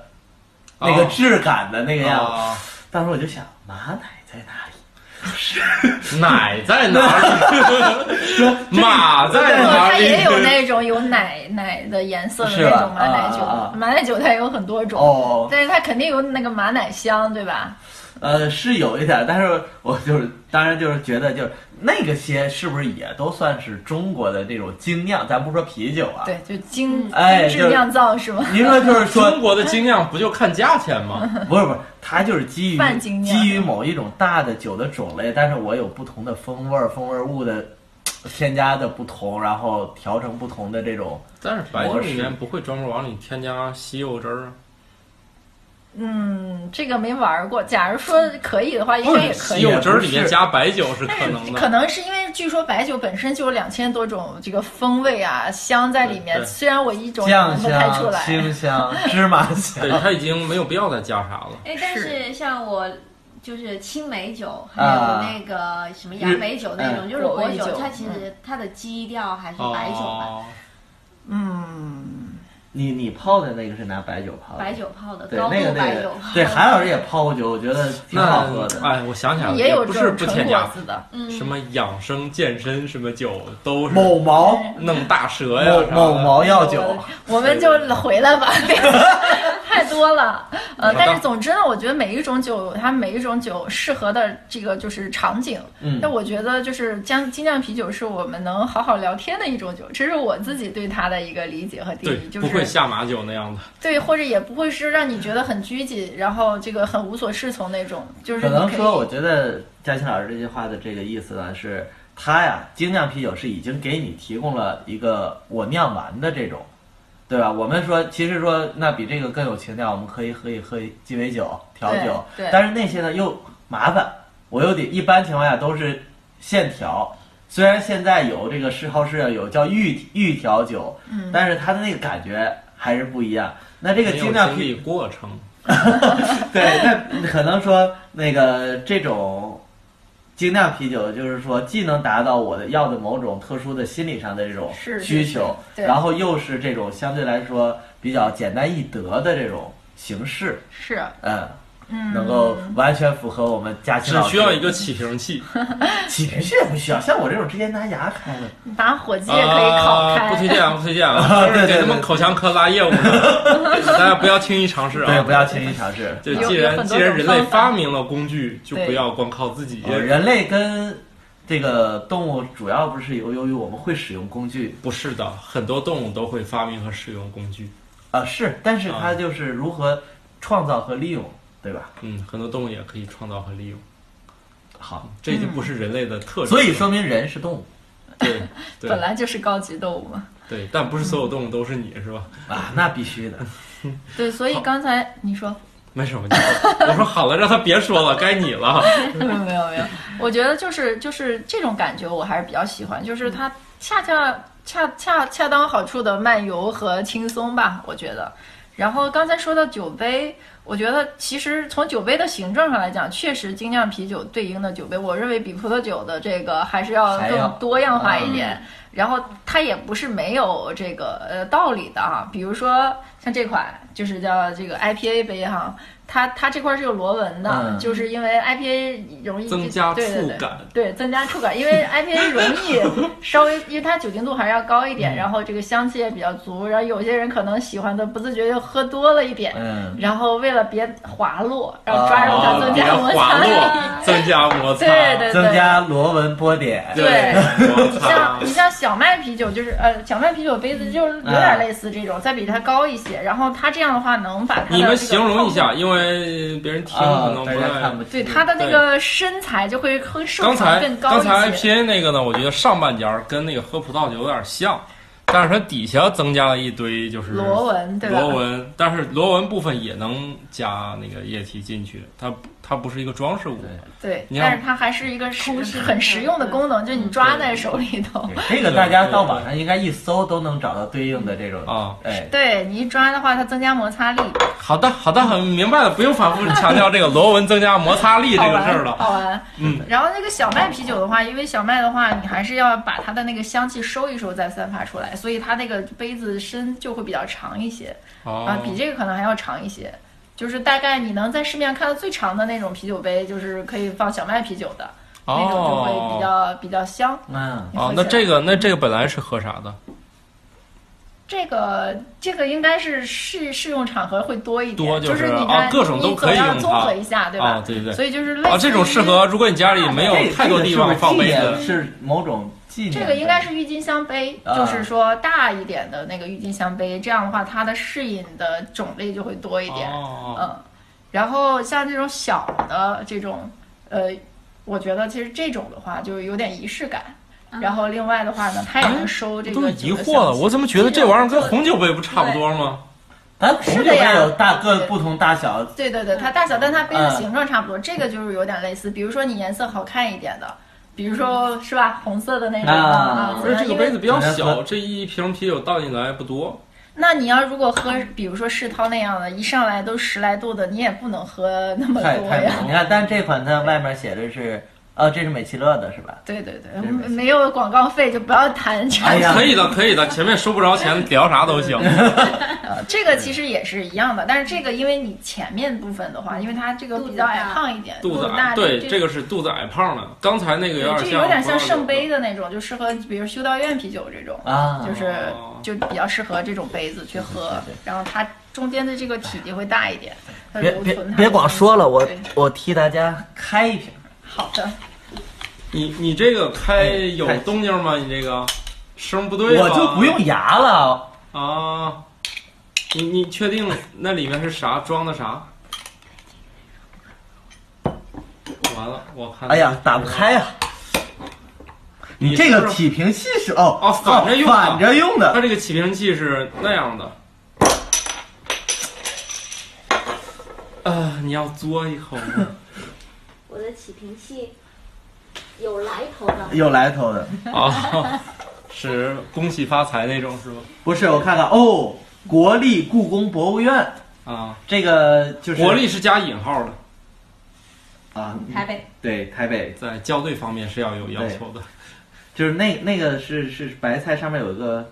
那个
哦
质感的那个样子，
啊
当时我就想，马奶在哪里？
奶在哪 儿？马在
对，
哪
它也有
里？
那种有奶奶的颜色的
是
那
吧
种马奶酒，
啊啊啊
马奶酒它有很多种，
哦
但是它肯定有那个马奶香，对吧？
呃，是有一点，但是我就是，当然就是觉得，就是那个些是不是也都算是中国的这种精酿？咱不说啤酒啊，
对，就精、
哎
精致
就是
酿造是吗？
您说就是
中
说，
国的精酿不就看价钱吗？
不是不是，它就是基于
泛精酿
基于某一种大的酒的种类，但是我有不同的风味儿、风味儿物的添加的不同，然后调成不同的这种。
但是白酒里面不会专门往里添加西柚汁儿啊，
嗯，这个没玩过。假如说可以的话，应该也可
西
以。
柚汁儿里面加白酒是可能
可
的。
能是因为据说白酒本身就有两千多种这个风味啊香在里
对
面，
对
虽然我一种也
酱
闻不太出
香、
来。
清香、芝麻
对，
香，
它已经没有必要再加啥了。
哎，但
是
是像我就是青梅酒，还有
啊
那个什么杨梅酒那种，
嗯
就是
果
果
味酒
酒，它其实它的基调还是白酒吧，
哦，
嗯，
你你泡的那个是拿白酒泡的，
白酒泡的
对
高
那个
度
那
白酒
个
泡，
对，韩老师也泡过酒，我觉得挺好喝的
那。哎，我想起来了，
也有
不
这
是
种
不
纯
添
果
加，
子的。
嗯，
什么养生健身什么酒都是
某毛
弄大舌呀
某
啊啥
某
的。
毛药酒，
我们就回来吧，别太多了。
嗯
呃，但是总之呢，我觉得每一种酒，它每一种酒适合的这个就是场景。
嗯
那我觉得就是将精酿啤酒是我们能好好聊天的一种酒，这是我自己对它的一个理解和定
对
义。，就是
不会下马酒那样的。
对，或者也不会是让你觉得很拘谨，然后这个很无所适从那种，就是
可
你
能
以
说，我觉得嘉欣老师这句话的这个意思呢是，他呀，精酿啤酒是已经给你提供了一个我酿完的这种，对吧？我们说，其实说那比这个更有情调，我们可以可以喝鸡尾酒、调酒，
对对
但是那些呢又麻烦，我又得一般情况下都是现调。虽然现在有这个世超市啊，有叫预预调酒，嗯，但是它的那个感觉还是不一样。那这个
没有
精酿
经
啤
历过程，
对，那可能说那个这种精酿啤酒，就是说既能达到我的要的某种特殊的心理上的这种
是是
需求，
是对
然后又是这种相对来说比较简单易得的这种形式，
是
嗯，
嗯，
能够完全符合我们家庭
只需要一 个起瓶器，
起瓶器也不需要，像我这种直接拿牙开的，
拿火机也可以烤开。
啊，不推荐啊，不推荐 啊，
啊
就是
对对
给他们
对
口腔科拉业务呢，大家不要轻易尝试啊。
对，不要轻易尝试。
就
有
既
有
然
很
既
多
然
种
人类
方法
发明了工具，就不
对
要光靠自己。
呃人类跟这个动物主要不是由由于我们会使用工具，
不是的，很多动物都会发明和使用工具。
啊，是，但是
啊
它就是如何创造和利用，对吧？
嗯，很多动物也可以创造和利用，啊
好，
这已经不是人类的特质了。
嗯所以说明人是动物
对
本
对
来就是高级动物嘛。
对，但不是所有动物都是你是吧？
啊，那必须的。
对，所以刚才你说
没什么，你说我说好了，让他别 说了，该你了。
没 有没有没有，我觉得就是就是这种感觉我还是比较喜欢，
嗯
就是它恰恰恰恰恰当好处的漫游和轻松吧，我觉得。然后刚才说到酒杯，我觉得其实从酒杯的形状上来讲，确实精酿啤酒对应的酒杯，我认为比葡萄酒的这个还是要
还要嗯
更多样化一点。然后它也不是没有这个呃道理的哈，比如说像这款就是叫这个 IPA 杯哈，它它这块是有螺纹的，
嗯
就是因为 IPA 容易
增加
对对
触
对
感
对，增加触感，因 为 IPA 容易稍微，因为它酒精度还是要高一点，
嗯
然后这个香气也比较足，然后有些人可能喜欢的不自觉就喝多了一点，
嗯，
然后为了别滑落，然后抓住它
啊，
增
别
加摩
滑
擦力，
落，增加摩擦，
对对
增加螺纹波点。啊
对，摩
像
擦
你。像小小麦啤酒就是呃，小麦啤酒杯子就是有
嗯
点类似这种，再比它高一些。然后它这样的话，能把它的
你
这
们
个
形容一
泡沫，
下，因为别人听可
啊
能，
大
不
家
太
看。不清。
对它的那个身材就会更瘦
刚
长、
才
更高
刚才
一些。
IPA 那个呢，我觉得上半截儿跟那个喝葡萄酒有点像，但是它底下增加了一堆就是
螺纹对吧？
螺纹，但是螺纹部分也能加那个液体进去，它不它不是一个装饰物。
对
对，
你看
但是它还是一个实
空心
很实用的功能，就是你抓
对
在手里头。
哎这个大家到网上应该一搜都能找到对应的这种
啊。
哎，
对你一抓的话，它增加摩擦力，
好的，好的，很明白了，不用反复强调这个螺纹增加摩擦力这
好
个事
玩
儿了。
好玩。
嗯，
然后那个小麦啤酒的话，因为小麦的话，你还是要把它的那个香气收一收再散发出来，所以它那个杯子身就会比较长一些啊
啊，
比这个可能还要长一些。就是大概你能在市面上看到最长的那种啤酒杯，就是可以放小麦啤酒的那种，就会啊比
哦
较比较香。
嗯，
你
啊
喝，
那
起来
这个那这个本来是喝啥的？
这个这个应该是适适用场合会多一点，
多
就
就是
你
啊
看
各种都可以
你总要
用它
综合一下，对吧？
啊，对对
所以就是类似
啊，这种
于
适合，如果你家里 没有
这
太多地方放杯
这个
子，
是不是纪念是某种纪念
这
碑。
个应该是郁金香杯，
啊
就是说大一点的那个郁金香杯，这样的话它的适饮的种类就会多一点，
哦，
嗯。然后像这种小的这种，呃，我觉得其实这种的话就是有点仪式感。然后另外的话呢，它也能收这
哎都
个
疑
酒的
惑了，
香气
我怎么觉得这玩意儿跟红酒杯不差不多吗？
咱红酒杯有大各不同大小，
对对对，它大小，但它杯子形状差不多，这个就是有点类似。比如说你颜色好看一点的，比如说是吧，红色的那种
啊
啊，
而且这个杯
子。
子比较
因为
小，这一瓶啤酒倒进来不多。
那你要如果喝，比如说世涛那样的，一上来都十来度的，你也不能喝那么
太
多
太
呀。
猛。你看，但这款它外面写的是，哦，这是美其乐的是吧？
对对对，
对没错
没有广告费就不要谈
哎
产品。
呀
可以的，可以的，前面收不着钱，聊啥都 行。
这个其实也是一样的，但是这个因为你前面部分的话，因为它这个比较矮胖一点，
肚子
大
矮，，对，这
个。
个是肚子矮胖的。刚才那
对，
个有
这
点像，
有点像圣杯。的那种，就适合比如修道院啤酒这种。
啊，
就是
哦
就比较适合这种杯子去喝，然后它中间的这个体积会大一点。它
别
留
别
存它
别
的
光
东西
说了，我
对
我替大家开一瓶。
好的，
你你这个开
嗯
有
太
动静吗？你这个声不对吧
我就不用牙了，
啊。你你确定那里面是啥装的啥？完了，我看。
哎呀，打不开。呀！
嗯你
这
是
个
不是
起瓶器是哦
哦反着用的
反着用的
它，这个起瓶器是那样的。呃，你要嘬一口吗？
我的起瓶器有来头了。
有来头的。
啊，是恭喜发财那种是吧？
不是，我看看哦，国立故宫博物院
啊，
这个就是
国力是加引号的，
啊，
台北
对台北
在校对方面是要有要求的。
就是那那个是是白菜上面有一个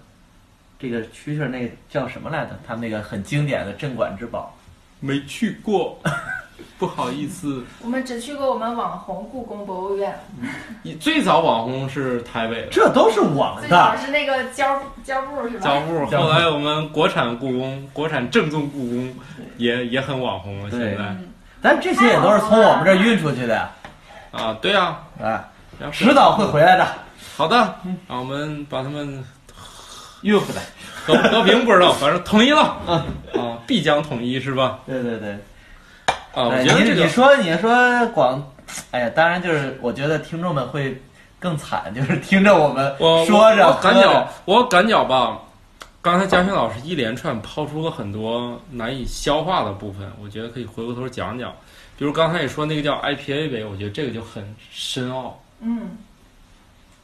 这个蛐蛐，那个叫什么来着？他们那个很经典的镇馆之宝。
没去过，不好意思。
我们只去过我们网红故宫博物院，
你最早网红是台北的
这都是我们
最早
的，
是那个胶胶布是
交
吧？
互，
交互
后来我们国产故宫、国产正宗故宫也也很网红了。现
对嗯
在
但这些也都是从我们这儿运出去的呀，
啊，对啊，
啊，
然后
迟早会回来的，
好的。
嗯
啊，我们把他们
运回来。
和和平不知道，反正统一了啊
嗯
啊，必将统一是吧？
对对对，
啊，我
哎
觉得
你
这个
你说你说广，哎呀，当然就是我觉得听众们会更惨， 就是听着我们
我
说着
我我感
喝着
觉，我感觉吧，刚才嘉轩老师一连串抛出了很多难以消化的部分，我觉得可以回过头讲讲。比如刚才也说那个叫 IPA 杯，我觉得这个就很深奥。
嗯。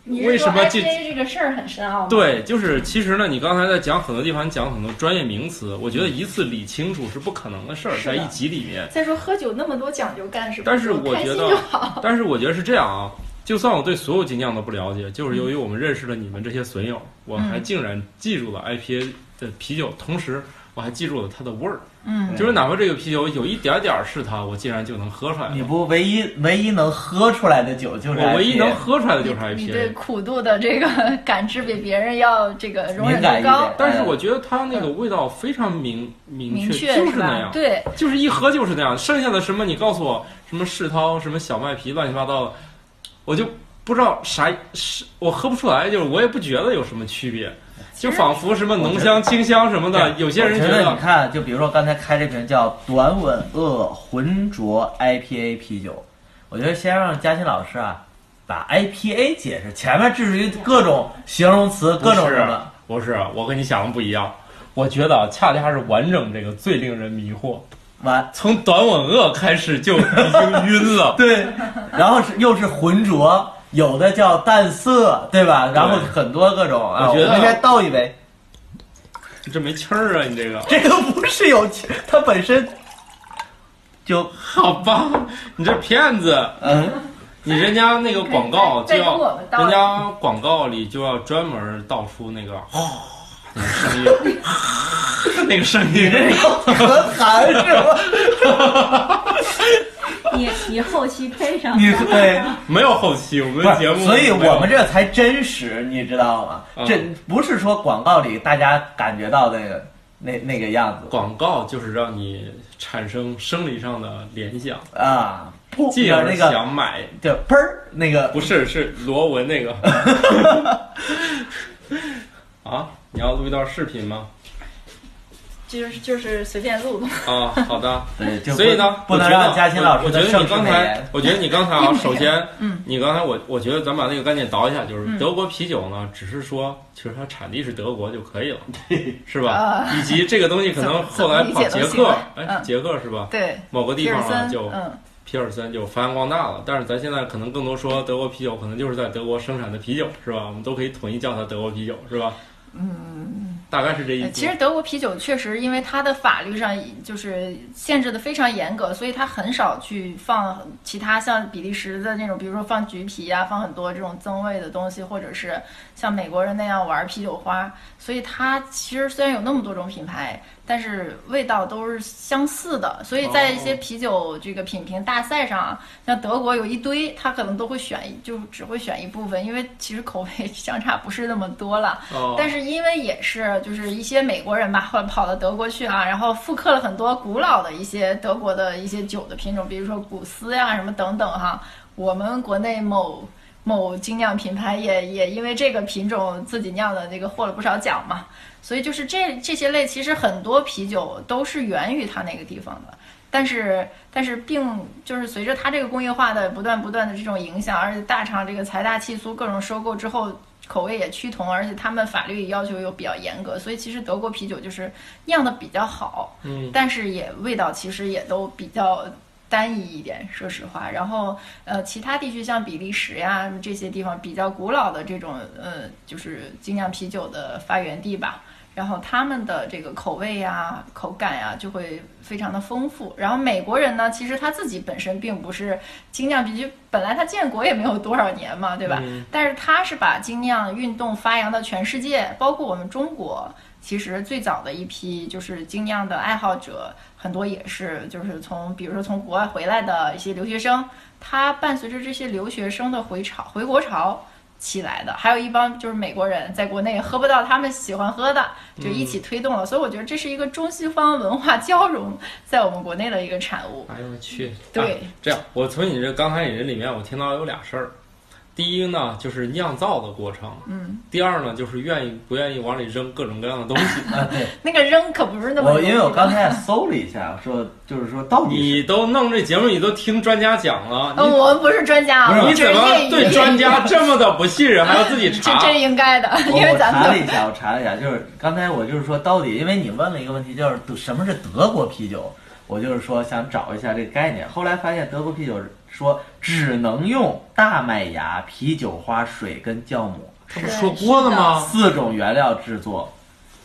你是为什么这说
IPA 这个事儿很深奥吗？，
对，就是其实呢，你刚才在讲很多地方讲很多专业名词，我觉得一次理清楚是不可能的事儿，
是的
在一集里面。
再说喝酒那么多讲究干什么？
但是我
开
觉
心
得
就好。
但是我觉得是这样啊，就算我对所有精酿都不了解，就是由于我们认识了你们这些损友，我还
嗯
竟然记住了 IPA 的啤酒，同时我还记住了它的味儿。
嗯，
就是哪怕这个啤酒有一点点儿是它，我竟然就能喝出来了
你不唯一唯一能喝出来的酒就是
我唯一
IPA
能喝出来的就是
你对
IPA，
苦度的这个 感知比别人要这个容忍
敏感一
度高
点，哎
但是我觉得它那个味道非常明明
明
确，
确
就是
是
那
吧？
样，
对，
就是一喝就是那样。剩下的什么你告诉我什么世涛、什么小麦皮乱七八糟的，我就。不知道啥是，我喝不出来，就是我也不觉得有什么区别，就仿佛什么浓香、清香什么的，有些人
我
觉
觉得你
得
看，就比如说刚才开这瓶叫短吻鳄浑浊 IPA 啤酒，我觉得先让佳欣老师啊把 IPA 解释，前面至于各种形容词，各种什么，
不是，啊我跟你想的不一样。我觉得啊恰恰是完整这个最令人迷惑，
完
从短吻鳄开始就已经晕了。
对，然后是又是浑浊，有的叫淡涩，对吧？然后很多各种啊，
我觉得
们先倒一杯，
你这没气儿啊，你这个
这个不是有气，它本身就
好吧？你这骗子！
嗯，
你人家那个广告就
再跟
要
我们，倒
人家广告里就要专门道出那个哦那个声音，哦那 个声音。
可寒是吧？
你你后期配上
你对。
没有后 期，我们
不
的
是
节目没有，
所以我们这才真实，你知道吗？
嗯
这不是说广告里大家感觉到那个那那个样子
广告就是让你产生生理上的联想，
啊，噗，
进
有
而
那个
想买。
就砰儿那个，
不是，是罗文那 个。啊，你要录一段视频吗？
就是就是随便录录。
啊，好的。
对，呃就不
所以呢，
不能
我觉得
让嘉欣老
我
师
我觉
的
得
盛
你
世
刚
美
才
颜，。
我觉得你刚才 啊，首先，
嗯，
你刚才我我觉得咱把那个概念倒一下，就是德国啤酒呢，只是说其实它产地是德国就 可以了，是吧？以及这个东西可能
啊怎
后
么
来
理
跑
解
捷
都行
克
吧，
哎，
嗯
捷克是吧？
对，
某个地
皮尔
方啊
森，
就
嗯，
皮尔森就发扬光大了。但是咱现在可能更多说德国啤酒，可能就是在德国生产的啤酒，是吧？我们都可以统一叫它德国啤酒，是吧？嗯，大概是这意思。
呃其实德国啤酒确实，因为它的法律上就是限制的非常严格，所以它很少去放其他像比利时的那种，比如说放橘皮啊，放很多这种增味的东西，或者是像美国人那样玩啤酒花。所以它其实虽然有那么多种品牌，但是味道都是相似的。所以在一些啤酒这个品评大赛上啊，像德国有一堆，它可能都会选一，就只会选一部分，因为其实口味相差不是那么多了。
哦，
但是因为也是就是一些美国人吧，后来跑到德国去啊，然后复刻了很多古老的一些德国的一些酒的品种，比如说古斯呀、什么等等哈。我们国内某某精酿品牌也也因为这个品种自己酿的那个获了不少奖嘛。所以就是这这些类，其实很多啤酒都是源于它那个地方的。但是，但是并就是随着它这个工业化的不断不断的这种影响，而且大厂这个财大气粗，各种收购之后，口味也趋同，而且他们法律要求又比较严格，所以其实德国啤酒就是酿的比较好，
嗯，
但是也味道其实也都比较单一一点，说实话。然后呃，其他地区像比利时呀这些地方比较古老的这种呃，就是精酿啤酒的发源地吧。然后他们的这个口味呀、口感呀、就会非常的丰富。然后美国人呢，其实他自己本身并不是精酿啤酒，本来他建国也没有多少年嘛，对吧？
嗯
但是他是把精酿运动发扬到全世界，包括我们中国。其实最早的一批就是精酿的爱好者，很多也是就是从比如说从国外回来的一些留学生，他伴随着这些留学生的回潮回国潮起来的，还有一帮就是美国人在国内喝不到他们喜欢喝的，就一起推动了。所以我觉得这是一个中西方文化交融在我们国内的一个产物。
哎呦我去，
对
哦
啊这样，我从你这刚才你这里面，我听到有俩事儿。第一呢，就是酿造的过程；
嗯，
第二呢，就是愿意不愿意往里扔各种各样的东西。
啊，对，
那个扔可不是那么
我
容易
因为我
的。
刚才也搜了一下，说就是说到底
你都弄这节目，你都听专家讲了，
嗯，
你
我们不是专家啊，我
你
们只
怎
是
么
业余
对专家哦这么的不信任，还要自己
这
查？
这应该的，
是，我
因为
我
咱
查了
们
一下，我查了一下，就是刚才我就是说到底，因为你问了一个问题，就是德什么是德国啤酒，我就是说想找一下这个概念，后来发现德国啤酒说只能用大麦芽、啤酒花、水跟酵母。
他不是说过了吗？
四种原料制作，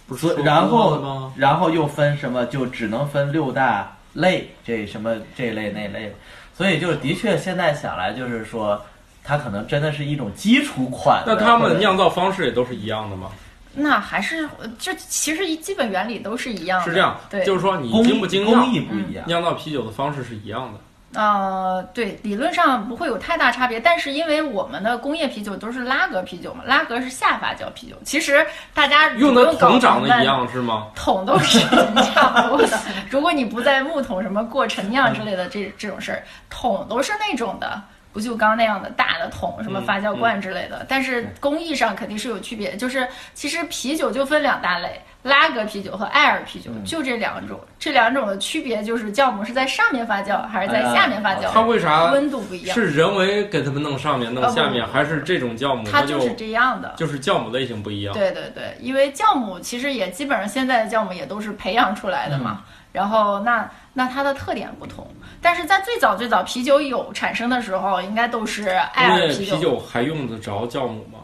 不是说过
然
了
后
吗？
然后又分什么，就只能分六大类，这什么这类那类，所以就是的确现在想来就是说，它可能真的是一种基础款的。
那他们酿
造
造方式也都是一样的吗？
那还是这其实一基本原理都是一样的。
是这样，
对，
就是说你
工
精
艺
不嗯精
工
酿，
艺不一样，
酿造啤酒的方式是一样的。
呃，对，理论上不会有太大差别，但是因为我们的工业啤酒都是拉格啤酒嘛，拉格是下发酵啤酒，其实大家
用
不
的
搞
桶长
明
得
白
一，样是吗？
桶都是 差不多的。如果你不在木桶什么过陈酿之类的这这种事儿，桶都是那种的。不锈钢那样的大的桶，什么
嗯
发酵罐之类的。但是工艺上肯定是有区别，就是其实啤酒就分两大类，拉格啤酒和艾尔啤酒，
嗯
就这两种。这两种的区别就是酵母是在上面发酵还是在下面发酵，
哎它为啥
温度不一样，
是人为给他们弄上面弄
啊不
下面，还是这种酵母
它
就
就是这样的。
就是酵母类型不一样？
对对对，因为酵母其实也基本上现在的酵母也都是培养出来的嘛，
嗯
然后那那它的特点不同，但是在最早最早啤酒有产生的时候，应该都是艾
因
尔
为
啤酒，
啤酒还用得着酵母吗？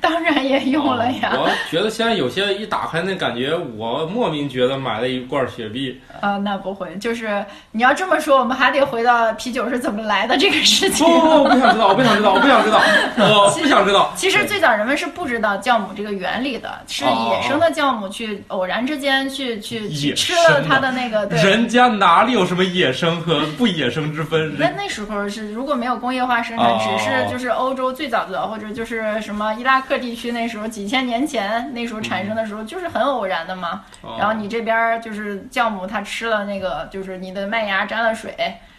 当然也用了呀，
哦我觉得现在有些一打开那感觉，我莫名觉得买了一罐雪 碧。
啊、那不会，就是你要这么说，我们还得回到啤酒是怎么来的这个事情
不。不不，我不想知道，我不想知道，我不想知 道，我不想知道。
其实最早人们是不知道酵母这个原理的，是
哦
野生的酵母去偶然之间去去去
野
吃
生
了
的
它的那个对
人家哪里有什么野生和不野生之分？
那
人
那时候是如果没有工业化生产，
哦
只是就是欧洲最早的或者就是什么伊拉克地区那时候几千年前那时候
嗯
产生的时候，就是很偶然的嘛。
哦啊
然后你这边儿就是酵母，它吃了那个就是你的麦芽沾了水，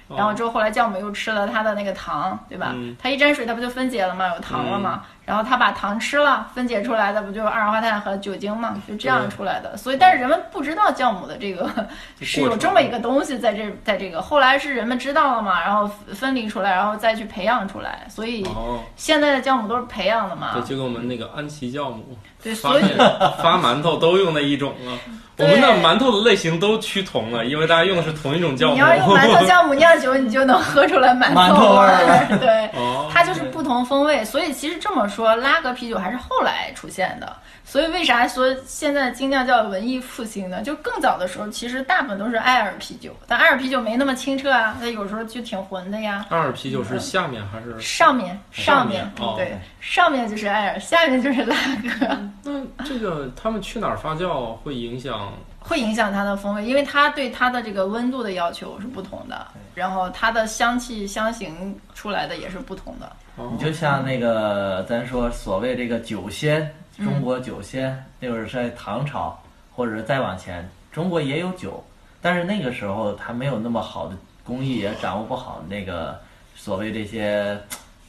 哦
然后之后后来酵母又吃了它的那个糖，对吧
嗯？
它一沾水，它不就分解了吗？有糖了嘛？然后它把糖吃了，分解出来的不就二氧化碳和酒精嘛？就这样
对
出来的。所以，但是人们不知道酵母的这个
啊
是有这么一个东西在这，在这个后来是人们知道了嘛，然后分离出来，然后再去培养出来。所以
哦，
现在的酵母都是培养的嘛
对，？就跟我们那个安琪酵母
对，
发
所以
面发馒头都用那一种啊。我
对
们的馒头的类型都趋同了，因为大家用的是同一种酵
你要用
母。
馒头酵母酿酒，你就能喝出来馒
馒头
味
味
儿。
儿
对，
哦，
它就是不同风味，所以其实这么说，拉格啤酒还是后来出现的。所以为啥说现在精酿叫文艺复兴呢？就更早的时候，其实大部分都是艾尔啤酒，但艾尔啤酒没那么清澈啊，它有时候就挺浑的呀。
二啤酒是下面还是？
上面上
上
面
面哦
对，上面就是艾尔，下面就是拉 格，
那这个他们去哪儿发酵会影响？
会影响它的风味，因为它对它的这个温度的要求是不同的，然后它的香气香型出来的也是不同的。
哦
你就像那个咱说所谓这个酒仙，中国酒仙，那会儿是在唐朝，或者是再往前，中国也有酒，但是那个时候它没有那么好的工艺，也掌握不好那个所谓这些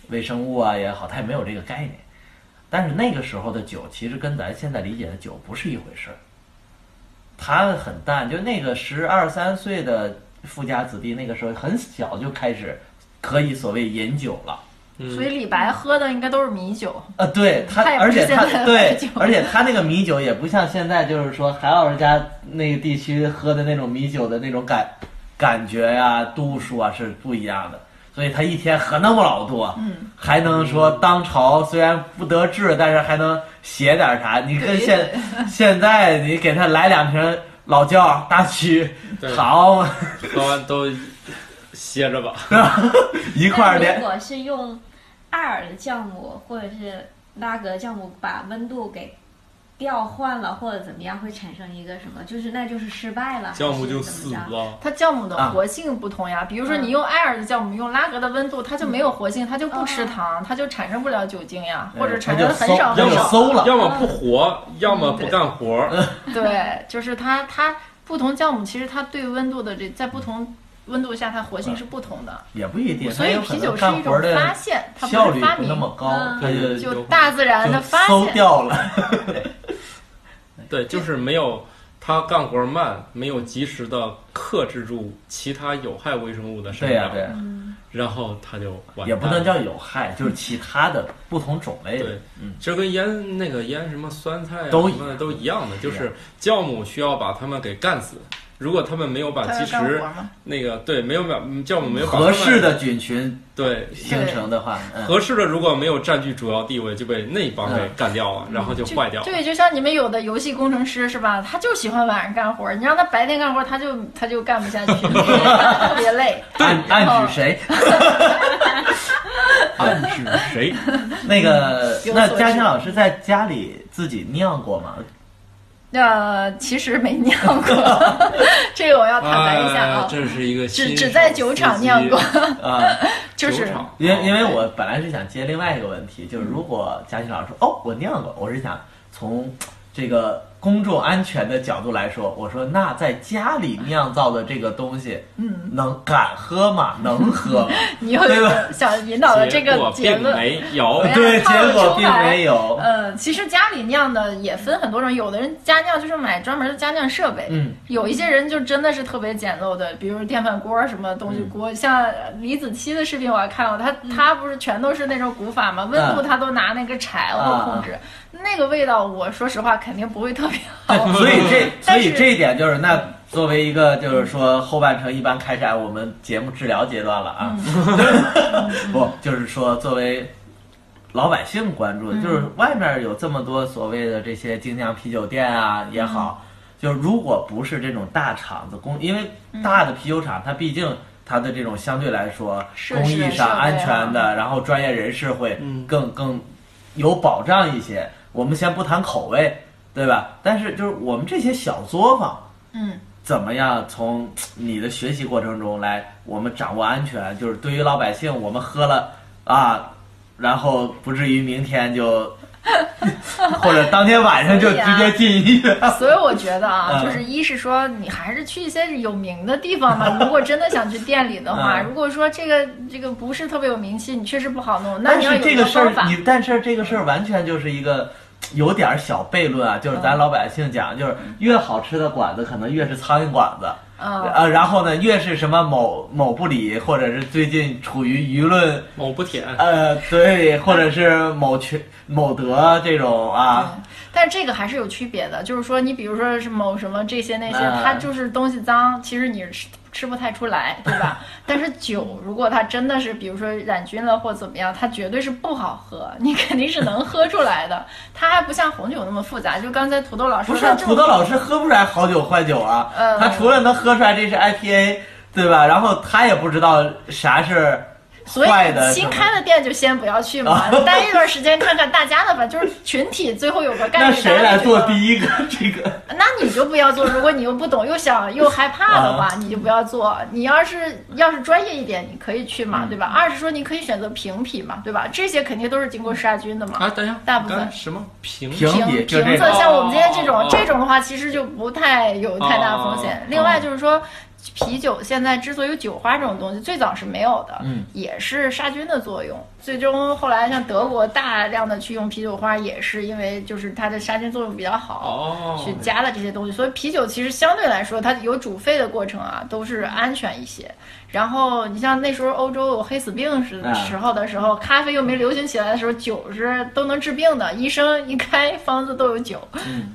微生物啊也好，它也没有这个概念。但是那个时候的酒，其实跟咱现在理解的酒不是一回事儿，它很淡，就那个十二三岁的富家子弟，那个时候很小就开始可以所谓饮酒了。嗯
所以李白喝的应该都是米酒，
呃，对他
他也，不
而
是
且
现
他
在的
对
米酒，
而且他那个米酒也不像现在，就是说海老师家那个地区喝的那种米酒的那种感感觉呀、度数啊是不一样的。所以他一天喝那么老多，
嗯，
还能说当朝虽然不得志，但是还能写点啥。你跟
对
现现在你给他来两瓶老窖、大曲，
对
好
喝完都歇着吧。
一块儿连
如果是用艾尔的酵母或者是拉格酵母把温度给调换了，或者怎么样，会产生一个什么？就是那就是失败了，
酵母就
还是
死
怎么着？
了。
它酵母
啊
的活性不同呀。比如说
嗯
你用艾尔的酵母，用拉格的温度，它就没有活性，它就不吃糖，它就产生不了酒精呀，
嗯
或者产生的很少
它
很
要么
就
少。
馊了
要么不活，
嗯
要么不干活儿。
对，就是它它不同酵母其实它对温度的这在不同温度下它活
嗯
性是不同的，
也不一定，
所
他
以
有可
啤
能
酒是
干
一
活
种
的
发现，它
效
不是
率
发
不
明
那，么高，
嗯
他就
就大自然的啊发
馊
现。
掉了。
对，就是没有他干活慢，没有及时的克制住其他有害微生物的生
对呀、
长，
对、呀，
然后他就完蛋了
也不能叫有害，就是其他的不同种类的
嗯对。，这跟腌那个腌什么酸菜啊
哎嗯都
什么的都一样的，就
一
是酵母需要把它们给干死。如果他们没有把
它要
其
干活
实
嘛，
那个对没有把嗯酵母没有把它
合
们
适的菌群
对
形成的话，嗯，
合适的如果没有占据主要地位就被那帮给
嗯
干掉了，然后就
就
坏掉了。
对，就像你们有的游戏工程师是吧？他就喜欢晚上干活，你让他白天干活，他就他就干不下去， 特别累。
暗
哦
暗 指谁？
暗指谁？
那个
有，
那
所
嘉
指
欣老师在家里自己酿过吗？
呃，其实没酿过， 这 个我要坦白一下啊，
哎
哎
这是一个新
只
手
只在酒厂酿过
司，
啊、
机，
就
酒
是
厂
因为因为我本来是想接
嗯
另外一个问题，就是如果嘉欣老师说哦我酿过，我是想从这个公众安全的角度来说，我说那在家里酿造的这个东西，
嗯，
能敢喝吗？能喝 吗？
你又
对吧
想引导的这
结果
个结
并
论，
没有
对。
对，
看得
结果
出
并
来
没有。
呃，其实家里酿的也分很多种，有的人家酿就是买专门的家酿设备，
嗯，
有一些人就真的是特别简陋的，比如电饭锅什么东西
嗯
锅，像李子柒的视频我还看过，他他不是全都是那种古法
嗯
嘛，温度他都拿那个柴火控
啊
制，那个味道我说实话肯定不会特别好。
所以这，所
哦但是
以这一点就是，那作为一个就是说后半程一般开展我们节目治疗阶段了啊，
嗯
不就是说作为老百姓关注的，就是
嗯
外面有这么多所谓的这些精酿啤酒店啊也
嗯
好，就是如果不是这种大厂子工，因为
嗯
大的啤酒厂它毕竟。它的这种相对来说，
设施
工艺上
设备啊
安全的，然后专业人士会
嗯
更更有保障一些。我们先不谈口味，对吧？但是就是我们这些小作坊，
嗯，
怎么样从你的学习过程中来，我们掌握安全，就是对于老百姓，我们喝了啊，然后不至于明天就，或者当天晚上就
对呀
直接进医院。
所以我觉得啊，
嗯
就是一是说你还是去一些有名的地方 吧。如果真的想去店里的话，
嗯
如果说这个这个不是特别有名气，你确实不好弄， 那
但
你要
是
有
这
一
个事
方
儿
法，。
你但是这个事儿完全就是一个。有点儿小悖论啊，就是
嗯
咱老百姓讲，就是越好吃的馆子，可能越是苍蝇馆子。
嗯，
呃，然后呢，越是什么某某不理，或者是最近处于舆论
某哦 不舔，
呃对，或者是某群某德这种啊，
但这个还是有区别的，就是说你比如说是某什么这些那些，
嗯
它就是东西脏，其实你吃吃不太出来，对吧？ 但是酒如果它真的是比如说染菌了或怎么样，它绝对是不好喝，你肯定是能喝出来的。 它还不像红酒那么复杂，就刚才土豆老师
不是啊
说的这种
土豆老师喝不出来好酒坏酒啊，
嗯
他除了能喝出来这是 IPA，对吧？然后他也不知道啥是
所
坏的
以
什
新
么
开的店就先不要去 嘛，待一段时间看看大家的吧，就是群体最后有个概
那
率。
谁来做
一？
第一个这个？
那你就不要做。如果你又不懂又想又害怕的
啊
话，你就不要做。你要是要是专业一点，你可以去
嗯
嘛，对吧？二是说你可以选择平啤嘛，对吧？这些肯定都是经过杀菌的嘛。
啊，等一下，
大部分
刚才什么平
嗯平
瓶
底就
瓶
这
子
种
像我们今天这种
哦
这种的话，其实就不太有太大风险
哦。
另外就是说，啤酒现在之所以有酒花这种东西，最早是没有的，
嗯，
也是杀菌的作用。最终后来像德国大量的去用啤酒花，也是因为就是它的杀菌作用比较好。
哦，
去加了这些东西，所以啤酒其实相对来说，它有煮沸的过程啊，都是安全一些。然后你像那时候欧洲有黑死病时
啊
嗯
时候的时候，咖啡又没流行起来的时候，酒是都能治病的，医生一开方子都有酒，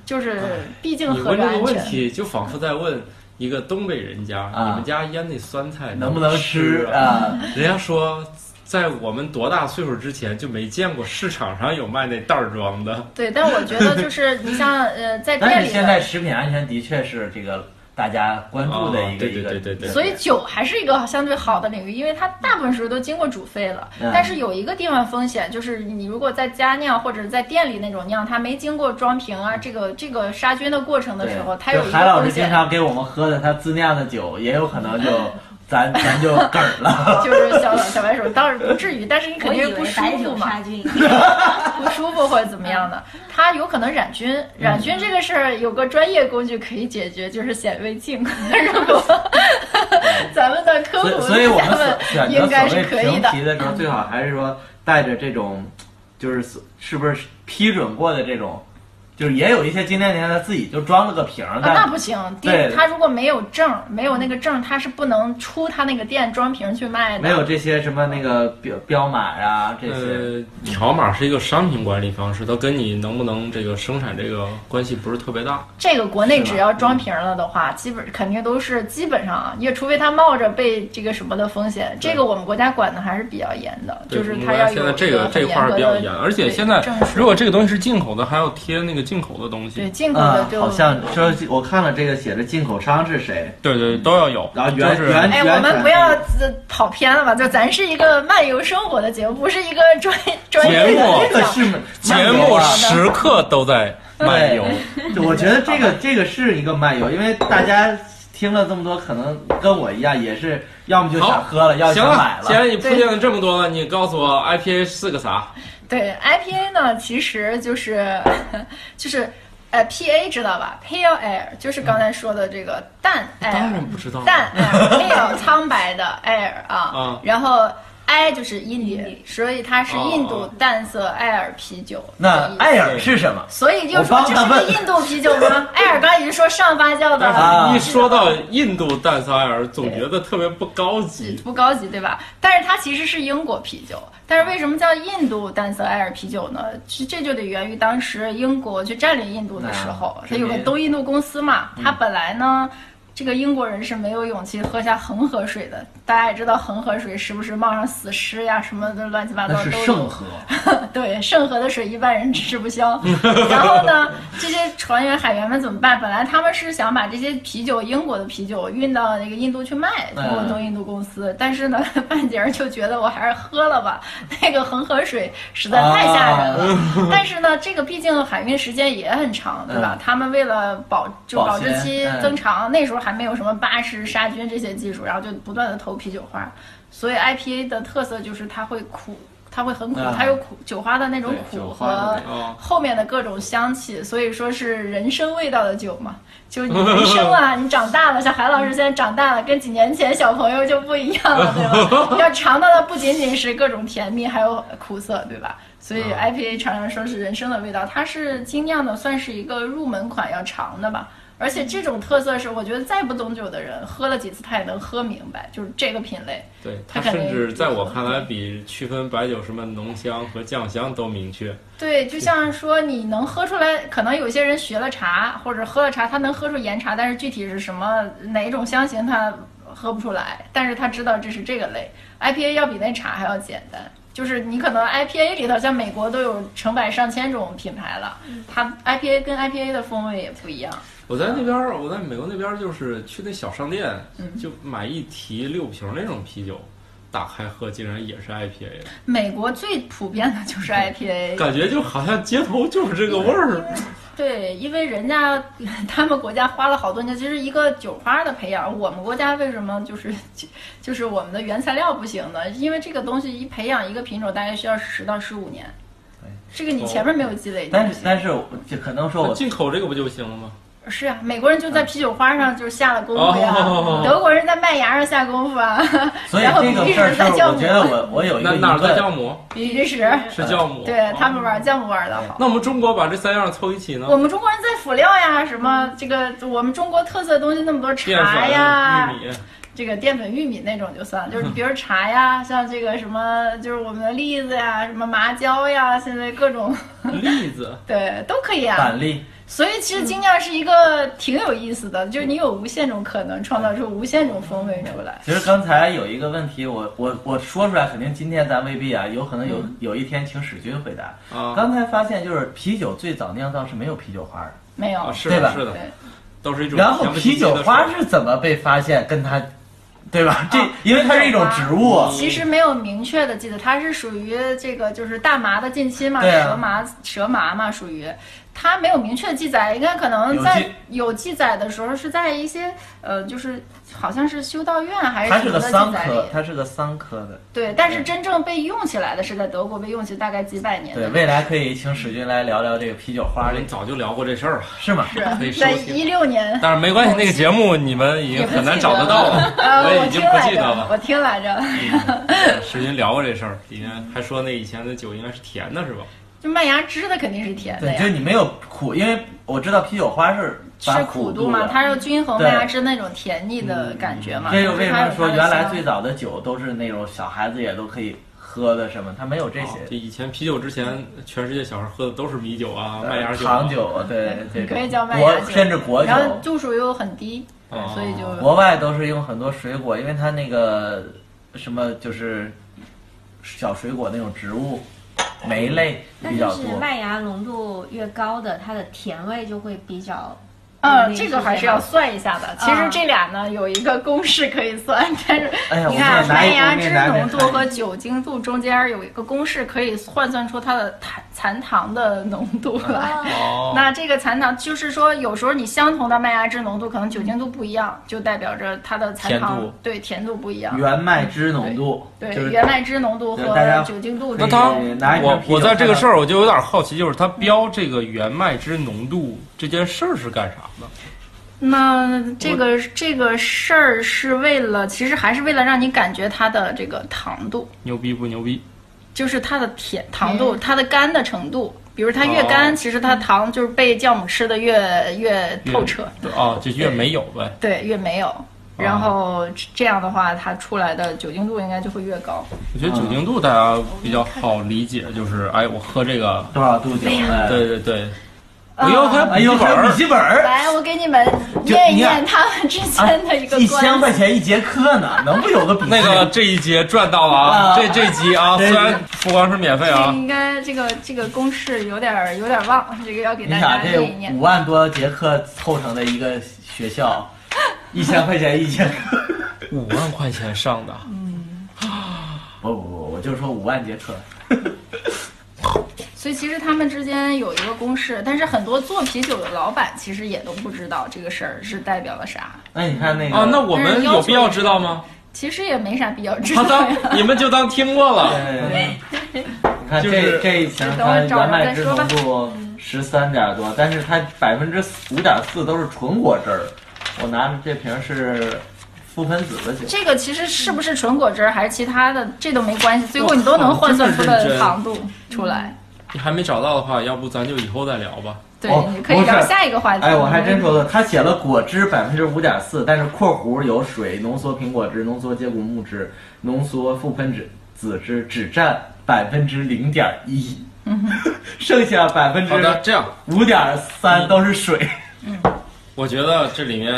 就是毕竟
嗯哎 你
喝
问
着
这个
安
问
全。
题，就仿佛在问一个东北人家，
啊
你们家腌那酸菜
能不能吃
吃？
啊？
嗯
人家说，在我们多大岁数之前就没见过市场上有卖那袋儿装的。
对，但我觉得就是你像呃， 在
但
店
是
里
现在
的，
食品安全的确是这个大家关注的一个
哦对对
一个，
对对对
所以酒还是一个相对好的领域，因为它大部分时候都经过煮沸了。
嗯
但是有一个地方风险，就是你如果在家酿或者在店里那种酿，它没经过装瓶啊，这个这个杀菌的过程的
嗯对
时候，它
就
有一个
韩老
风
师经
险。
常给我们喝的他自酿的酒，也有可能就咱咱就梗儿了。
就是小小白鼠，当然不至于，但是你肯
我以
定是
为
不舒
白
服
酒
嘛
杀，菌，
不舒服或者怎么样的，
嗯
它有可能染菌。染菌这个事儿有个专业工具可以解决，就是显微 镜。如果咱们的科普
嗯所以，所以我们
咱们啊
所选择
应该是
所谓
可以的
评。题的时候，最好还是说带着这种，就是所是不是批准过的这种，就是也有一些今天年他自己就装了个瓶儿，
啊，那
但
不行，第
对
他如果没有证儿，没有那个证儿，他是不能出他那个店装瓶去卖的。
没有这些什么那个标标码呀、这些。
呃，条码是一个商品管理方式，它跟你能不能这个生产这个关系不是特别大。
这个国内
是吧
只要装瓶了的
嗯
话，基本肯定都是基本上啊，也除非他冒着被这个什么的风险，
对
这个我们国家管的还是比较严的，
对
就是
我们
他
国家
要
现
有
在这
一个
这
很
一块儿
格
比较
的
严，而且
对
现在
证书
如果这个东西是进口的，还要贴那个进口的东
对
西。
进口
啊
的、就
好像说我看了这个写的进口商是谁，
对对，都要有。
然后
就
原
是
原
哎，
全
我们不要呃跑偏了吧？就咱是一个漫游生活的节目，不是一个专专业的
节目啊
那
这个
种
是
节
漫游
目
啊
时刻都在漫游。
对我觉得这个这个是一个漫游，因为大家听了这么多，可能跟我一样，也是要么就想喝了，要么
行
想买
了，既
了。哎
然你铺垫了这么多了，你告诉我 IPA 是个啥？
对 IPA 呢，其实就是就是呃，PA 知道吧？Pale air 就是刚才说的这个淡 air，
当然不知道了
淡 air，pale 哎苍白的 air 啊
嗯
啊，
然后 I 就是印尼
尼，
所以它是印度
哦
淡色艾尔啤酒。
那艾尔是什么？
所以就说
我
这
帮他
是
问
印度啤酒 吗？艾尔刚已经说上发酵的了。
啊
但是一说到印度淡色艾尔，总觉得特别不高级。
不高级，对吧？但是它其实是英国啤酒，但是为什么叫印度淡色艾尔啤酒呢？这这就得源于当时英国去占领印度的时候
啊，
它有个
殖民
东印度公司嘛，
嗯
它本来呢。这个英国人是没有勇气喝下恒河水的，大家也知道恒河水时不时冒上死尸呀，什么的乱七八糟
那
都
是
有。
圣河，
对，圣河的水一般人吃不消。然后呢，这些船员、海员们怎么办？本来他们是想把这些啤酒，英国的啤酒运到那个印度去卖，通过
嗯
东印度公司。但是呢， 半截儿就觉得我还是喝了吧，那个恒河水实在太吓人了。但是呢，这个毕竟海运时间也很长，对吧？
啊嗯
他们为了保就
保
保质
鲜
期
嗯
增长，那时候还没有什么巴氏杀菌这些技术，然后就不断的投啤酒花。所以 IPA 的特色就是它会苦，它会很苦，
啊
它有苦酒花的那种
对
苦
酒花的
和
那
种
后面的各种香气，所以说是人参味道的酒嘛。就 你人生啊，你长大了，像韩老师现在长大了，跟几年前小朋友就不一样了，对 吧？要尝到的不仅仅是各种甜蜜，还有苦涩，对吧？所以
啊
IPA 常常说是人生的味道，它是精酿的，算是一个入门款要尝的吧。而且这种特色是，我觉得再不懂酒的人喝了几次他也能喝明白，就是这个品类。
对，
它
它
肯定
甚至在我看来，比区分白酒什么浓香和酱香都明确。
对，就像说你能喝出来，可能有些人学了茶或者喝了茶，他能喝出岩茶，但是具体是什么哪种香型他喝不出来，但是他知道这是这个类。IPA 要比那茶还要简单，就是你可能 IPA 里头，像美国都有成百上千种品牌了，它 IPA 跟 IPA 的风味也不一样。
我在那边儿，我在美国那边儿，就是去那小商店，就买一提六瓶那种啤酒，打开喝竟然也是 IPA，
哎
美国最普遍的就是 IPA，
感觉就好像街头就是这个味儿。
对，因为人家 他们国家花了好多年，其实一个酒花的培养，我们国家为什么就是 就就是我们的原材料不行呢？因为这个东西一培养一个品种，大概需要十到十五年
对。
这个你前面没有积累就
但
不
是
哎
行。
但是我就可能说
那
我
进口这个不就行了吗？
是啊，美国人就在啤酒花上就是下了功夫呀，
哦
德国人在麦芽上下功夫啊，
所以
然后
这
比
个
利
事儿
时
是
在酵
我
母
觉，得我我有一
那
个疑呃
哪儿的酵
问，
母？
比利时，
是酵母。
对他们玩酵母玩的好。
那我们中国把这三样凑一起呢
我？们中国人在辅料呀，什么这个我们中国特色的东西那么多，
淀
茶呀，
粉、玉米，
这个淀粉玉米那种就算 了，就是比如茶呀，像这个什么，就是我们的栗子呀，什么麻椒呀，现在各种
栗子，
对都可以啊。
板栗
所以其实精酿是一个挺有意思的，就是你有无限种可能，创造出无限种风味出来。
其实刚才有一个问题，我我我说出来，肯定今天咱未必啊，有可能有
嗯
有一天请史军回答。
啊
刚才发现就是啤酒最早酿造是没有啤酒花的，
没有
啊，是
对吧
的，是的
对，
都是一种
然后
香不
啤
唧唧的
酒花
水
是怎么被发现跟它，对吧？这
啊
因为它是一种植物，
其实没有明确的记得，它是属于这个就是大麻的近亲嘛，
对啊
蛇麻蛇麻嘛，属于它没有明确记载，应该可能
有
在
记
有记载的时候是在一些呃，就是好像是修道院还是
它
什
是
么
个
的
桑
记载里
科，，它是个桑科的。
对，但是真正被用起来的是在德国被用起大概几百年
对，
的。
未来可以请史军来聊聊这个啤酒花
我
的
们早就聊过这事儿了，
是吗？
可以
是
收
在
起
一六年，
但是没关系，那个节目你们已经很难找得到了，
呃，
我
我
也已
听
经不
来
记得
着，
了。
我听来着，
史军聊过这事儿，里面还说那以前的酒应该是甜的，是吧？
就麦芽汁的肯定是甜的
对，
呀
就。是你没有苦，因为我知道啤酒花是把
是苦
度
度嘛，
的
它要均衡麦
对嗯
芽汁那种甜腻的感觉嘛。
这就为什
它有
么
它
说
的
原来
香
最早的酒都是那种小孩子也都可以喝的什么，它没有这
哦
些
就以前啤酒之前，全世界小孩喝的都是米酒啊、
呃
麦芽酒、
糖。酒，对这
可以
种
叫麦芽
国
酒，
甚至国酒
然，后度数又很低，
哦
所以就
国外都是用很多水果，因为它那个什么就是小水果那种植物莓类
那
比较
就是
多。
麦芽浓度越高的，它的甜味就会比较。
嗯，
嗯
这个还是要算一下的。其实这俩呢有一个公式可以算，但是
哎呀，我
你看啊
们拿
麦
一
芽
我
汁
们拿一
浓度和
看
酒精度中间有一个公式可以换算出它的残残糖的浓度来。
哦，
那这个残糖就是说，有时候你相同的麦芽汁浓度，可能酒精度不一样，就代表着它的残
甜
糖
度
对甜度不一样。
原麦汁浓度，
对
就是
原麦汁浓度
就
和
是大家
酒精度之
可
那
以
间
它
拿一瓶
我
啤酒
我在这个
看看
事儿我就有点好奇，就是它标这个原麦汁浓度，这件事儿是干啥的？
那这个这个事儿是为了，其实还是为了让你感觉它的这个糖度，
牛逼不牛逼？
就是它的甜糖度，
嗯
它的干的程度。比如它越干，
哦
其实它糖就是被酵母吃的越越透彻，
对啊，就越没有呗。
对，越没有。然后这样的话，它出来的酒精度应该就会越高。
我觉得酒
嗯
精度大家比较好理解，就是哎，我喝这个，
多少度酒？哎
对，对对，不要还
哎呦，还有笔记本儿，
来，我给你们
就
验一
你看
验他们之间的一个
一千块
关系。
钱一节课呢，能不有个笔记？
那个这一节赚到了啊，
啊
这这集啊，
对
虽然不光是免费
这
啊，
应该这个这个公式有点儿有点儿忘，这个要给
你
大
想
家
这
念一念
五。万多节课凑成的一个 学校，一千块钱一节课。嗯
五万块钱上的，
不不不，我就说五万节课。
所以其实他们之间有一个公式，但是很多做啤酒的老板其实也都不知道这个事儿是代表了啥，
那你看那个
啊，那我们有必要知道吗？
其实也没啥必要知
好
道呀。
的，你们就当听过了。
对，呃你看
就是
这这一层，它原麦汁浓度
嗯
十三点多，但是它百分之五点四都是纯果汁儿。我拿着这瓶是覆盆子的酒，
这个其实是不是纯果汁儿还是其他的，这都没关系，最
哦
后你都能换算出
哇这么认
个
真
糖度出来。
你还没找到的话，要不咱就以后再聊吧。
对
哦，
你可以聊
不是
下一个话题。
哎，我还真说了，他写了果汁百分之五点四，但是括弧有水、浓缩苹果汁、浓缩接骨木汁、浓缩覆盆子子汁只占百分之零点一， 剩下百分之
好的，这样
五点三都是水。
我觉得这里面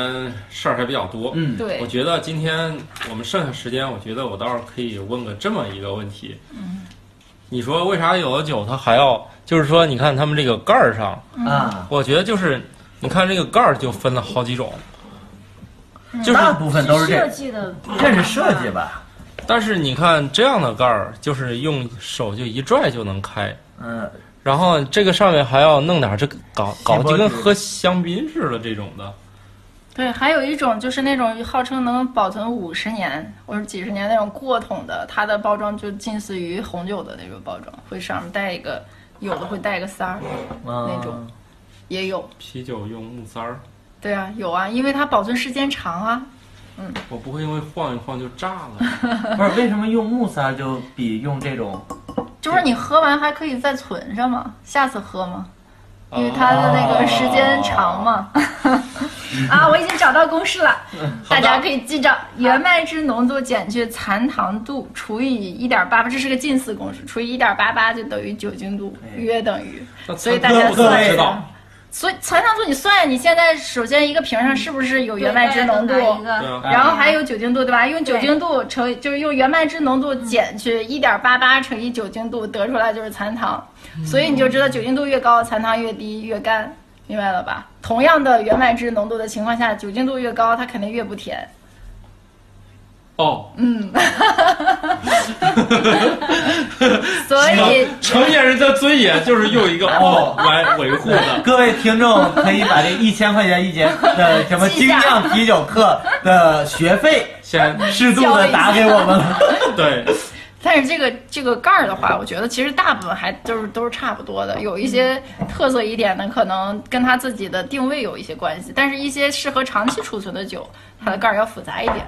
事儿还比较多。
嗯，
对
我觉得今天我们剩下时间，我觉得我倒是可以问个这么一个问题。嗯，你说为啥有的酒它还要，就是说你看他们这个盖儿上，
啊，
我觉得就是你看这个盖儿就分了好几种，就是
嗯大部分都是
设
这，
计的
这是设计吧？
但是你看这样的盖儿，就是用手就一拽就能开。
嗯，
然后这个上面还要弄点儿这个搞搞得就跟
锡箔纸
喝香槟似的这种的，
对，还有一种就是那种号称能保存五十年或者几十年那种过桶的，它的包装就近似于红酒的那种包装，会上面带一个，有的会带一个塞儿，
那
种也有。
啤酒用木塞 儿，
对啊，有啊，因为它保存时间长啊。
我不会因为晃一晃就炸 了。
嗯 不是为什么用木塞儿就比用这种？
就是你喝完还可以再存上嘛，下次喝嘛，因为它的那个时间长嘛。 啊，我已经找到公式了， 大家可以记着：原麦汁浓度减去残糖度除以一点八八，这是个近似公式，除以一点八八就等于酒精度，
哎
约等于。
那
所以
咱
大家
们都
算一
知道
下。所以残糖度你算，你现在首先一个瓶上是不是有原麦汁浓度？
对大家都拿一个
对啊，
然后还有酒精度，对吧？用酒精度乘以，就是用原麦汁浓度减去一点八八乘以酒精度，得出来就是残糖。所以你就知道酒精度越高，残糖越低，越干，明白了吧？同样的原麦汁浓度的情况下，酒精度越高，它肯定越不甜。
哦，
所以
成年人的尊严就是用一个
哎
哦来维护的。
各位听众可以把这一千块钱一节的什么精酿啤酒课的学费
先
适度的打给我们了。
对，
但是这个这个盖儿的话，我觉得其实大部分还都是都是差不多的，有一些特色一点的，可能跟它自己的定位有一些关系，但是一些适合长期储存的酒，它的盖儿要复杂一点，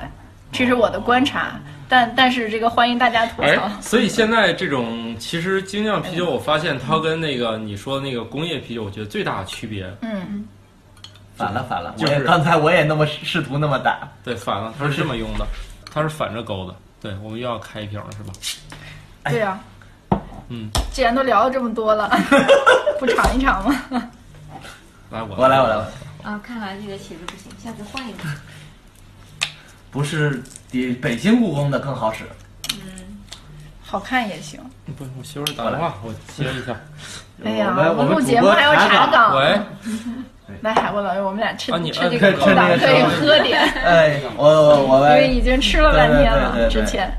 这是我的观察。但但是这个欢迎大家吐
哎
槽。，
所以现在这种其实精酿啤酒，我发现它跟那个你说的那个工业啤酒，我觉得最大的区别，
嗯，
反了反了，
就
我
是
也刚才我也那么试试图那么打，
对，反了，它是这么用的，它是反着勾的。对，我们又要开一瓶了，是吧？
对呀、
哎
嗯，
既然都聊了这么 多了，不尝一尝吗？
来，我
我来我来，我来，
啊，看来这个起子不行，下次换一个。
不是比北京故宫的更好使。
好看也行。
不是，我媳妇儿打电话，我接一下。
哎呀，
我们我们
录
主
节目
播
还要查
查
岗。
喂，
来，海波老师，我们俩吃、
啊你
吃
按
这
这
个
个
空档
这个
可以
手
喝点。
哎，我我我
因为
们
已经吃了半天了，
对对对对对
之前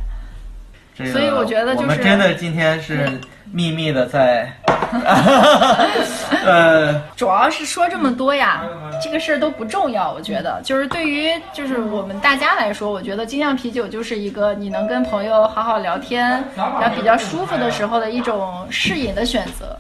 这个，
所以我觉得就是
我们真的今天是秘密的 在，呃，
主要是说这么多呀，
嗯
这个事儿都不重要，我觉得就是对于就是我们大家来说，我觉得精酿啤酒就是一个你能跟
嗯嗯
朋友好好聊天，然后比较舒服的时候的一种适饮的选择。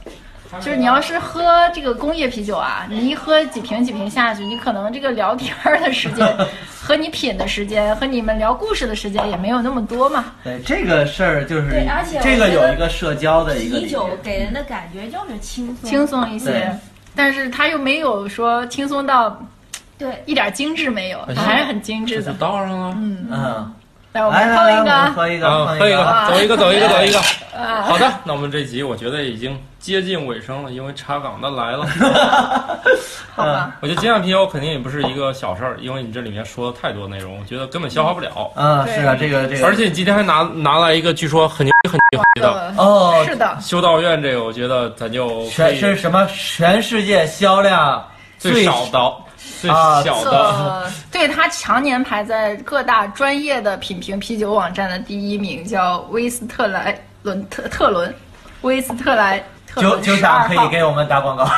就是你要是喝这个工业啤酒啊，你一喝几瓶几瓶下去，你可能这个聊天儿的时间 和你品的时间和你们聊故事的时间也没有那么多嘛。
对这个事儿就是
对而且我
这个
觉得
有一个社交的一个
啤
理
酒
念
给人的感觉就是轻松，
轻松一
嗯对
些，但是它又没有说轻松到
对，
一点精致没有，
嗯不是
它还是很精致
这就
的。
当然了。
嗯，
嗯，
来我
来
们
来来，我们
碰
喝一个，
啊，喝一
碰一个，
个，
啊
走一个，走一个，走一个。
一个啊，
好的，那我们这集我觉得已经接近尾声了，因为查岗的来了。
好吧，
我觉得精酿啤酒肯定也不是一个小事儿，因为你这里面说了太多内容，我觉得根本消化不了。
嗯，是啊，这个这个，
而且你今天还拿拿来一个，据说很牛逼很牛逼的
呃
哦，
是的，
修道院，这个我觉得咱就可
全
以
是什么？全世界销量
最少的、最
啊
小的。
呃，对它常年排在各大专业的品评啤酒网站的第一名，叫威斯特莱伦特特伦，威斯特莱特
酒
伦
酒
十
厂
二
可
号
以。给我们打广告。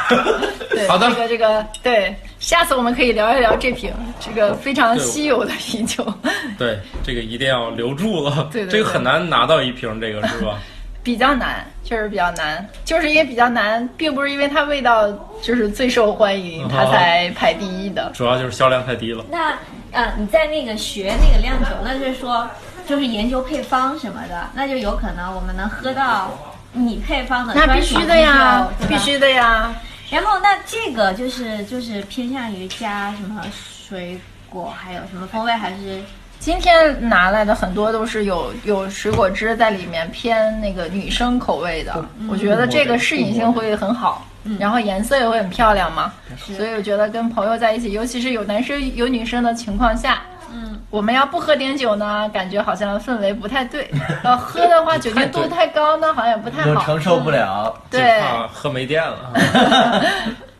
对，
好的
这个这个对，下次我们可以聊一聊这瓶这个
哦
非常
对
稀有的啤酒。
对，这个一定要留住了，
对对对
这个很难拿到一瓶，这个是吧？
比较难，确实比较难，就是因为比较难，并不是因为它味道就是最受欢迎，
哦
它才排第一的。
主要就是销量太低了。
那呃，你在那个学那个酿酒，那是说就是研究配方什么的，那就有可能我们能喝到你配方的
那
专
必
属
须的呀
啤
必。
酒，对吧
须的呀。
然后那这个就是就是偏向于加什么水果，还有什么风味，还是
今天拿来的很多都是有有水果汁在里面，偏那个女生口味的。我觉得这个适应性会很好，然后颜色也会很漂亮嘛。所以我觉得跟朋友在一起，尤其是有男生有女生的情况下。
嗯，
我们要不喝点酒呢，感觉好像氛围不太对；要喝的话，酒精度太高呢，好像也不太
就
好。
承受不了。
对，
就怕喝没电了。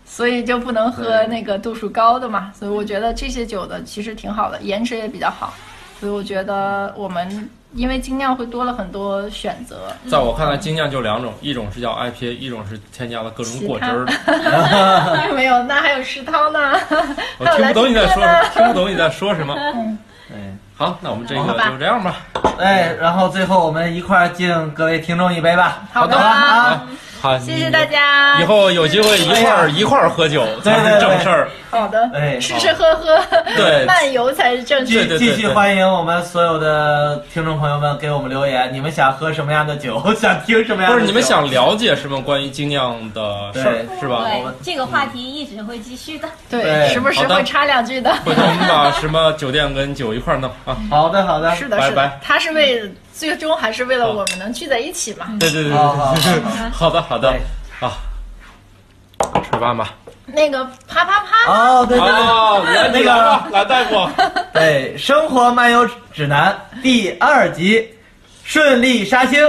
所以就不能喝那个度数高的嘛。所以我觉得这些酒的其实挺好的，颜值也比较好。所以我觉得我们因为精酿会多了很多选 择，
在我看来，精酿就两种，一种是叫 IPA，一种是添加了各种果汁儿的。
没有，那还有食堂 呢，
我
还有
听不
蓝
懂你
鲸
在
哥
说什么
呢，。
听不懂你在说什么。
嗯
对，
好，那我们这
好
个
吧
就这样吧。
哎，然后最后我们一块儿敬各位听众一杯吧。
好的
吧
啊，
啊，
好，
谢谢大。家
以。后有机会一块
哎呀
儿一块儿喝酒
对
才是
对
正
对
事儿。
好的，
哎
吃吃喝喝，
对
漫游才是正
对
确。
对
继
对
继续欢迎我们所有的听众朋友们给我们留言，你们想喝什么样的酒，想听什么样
不
的酒？
是你们想了解什么关于精酿的事儿
对
是吧？
对这个话题一直会继续的。
对，
对
时不时
哎好的
会插两句的。
回头我们把什么酒店跟酒一块儿弄啊。
嗯
好的，好的，
是的，
拜
是的
拜，
他是为最终还是为了
好
我们能聚在一起嘛。
对对对
好好
对
好
对，好的好的啊，吃饭 吧。
那个啪啪啪，
好。哦，对对哎
哦，来
那
那
个
个来大夫，
对，《生活漫游指南》第二集，顺利杀青。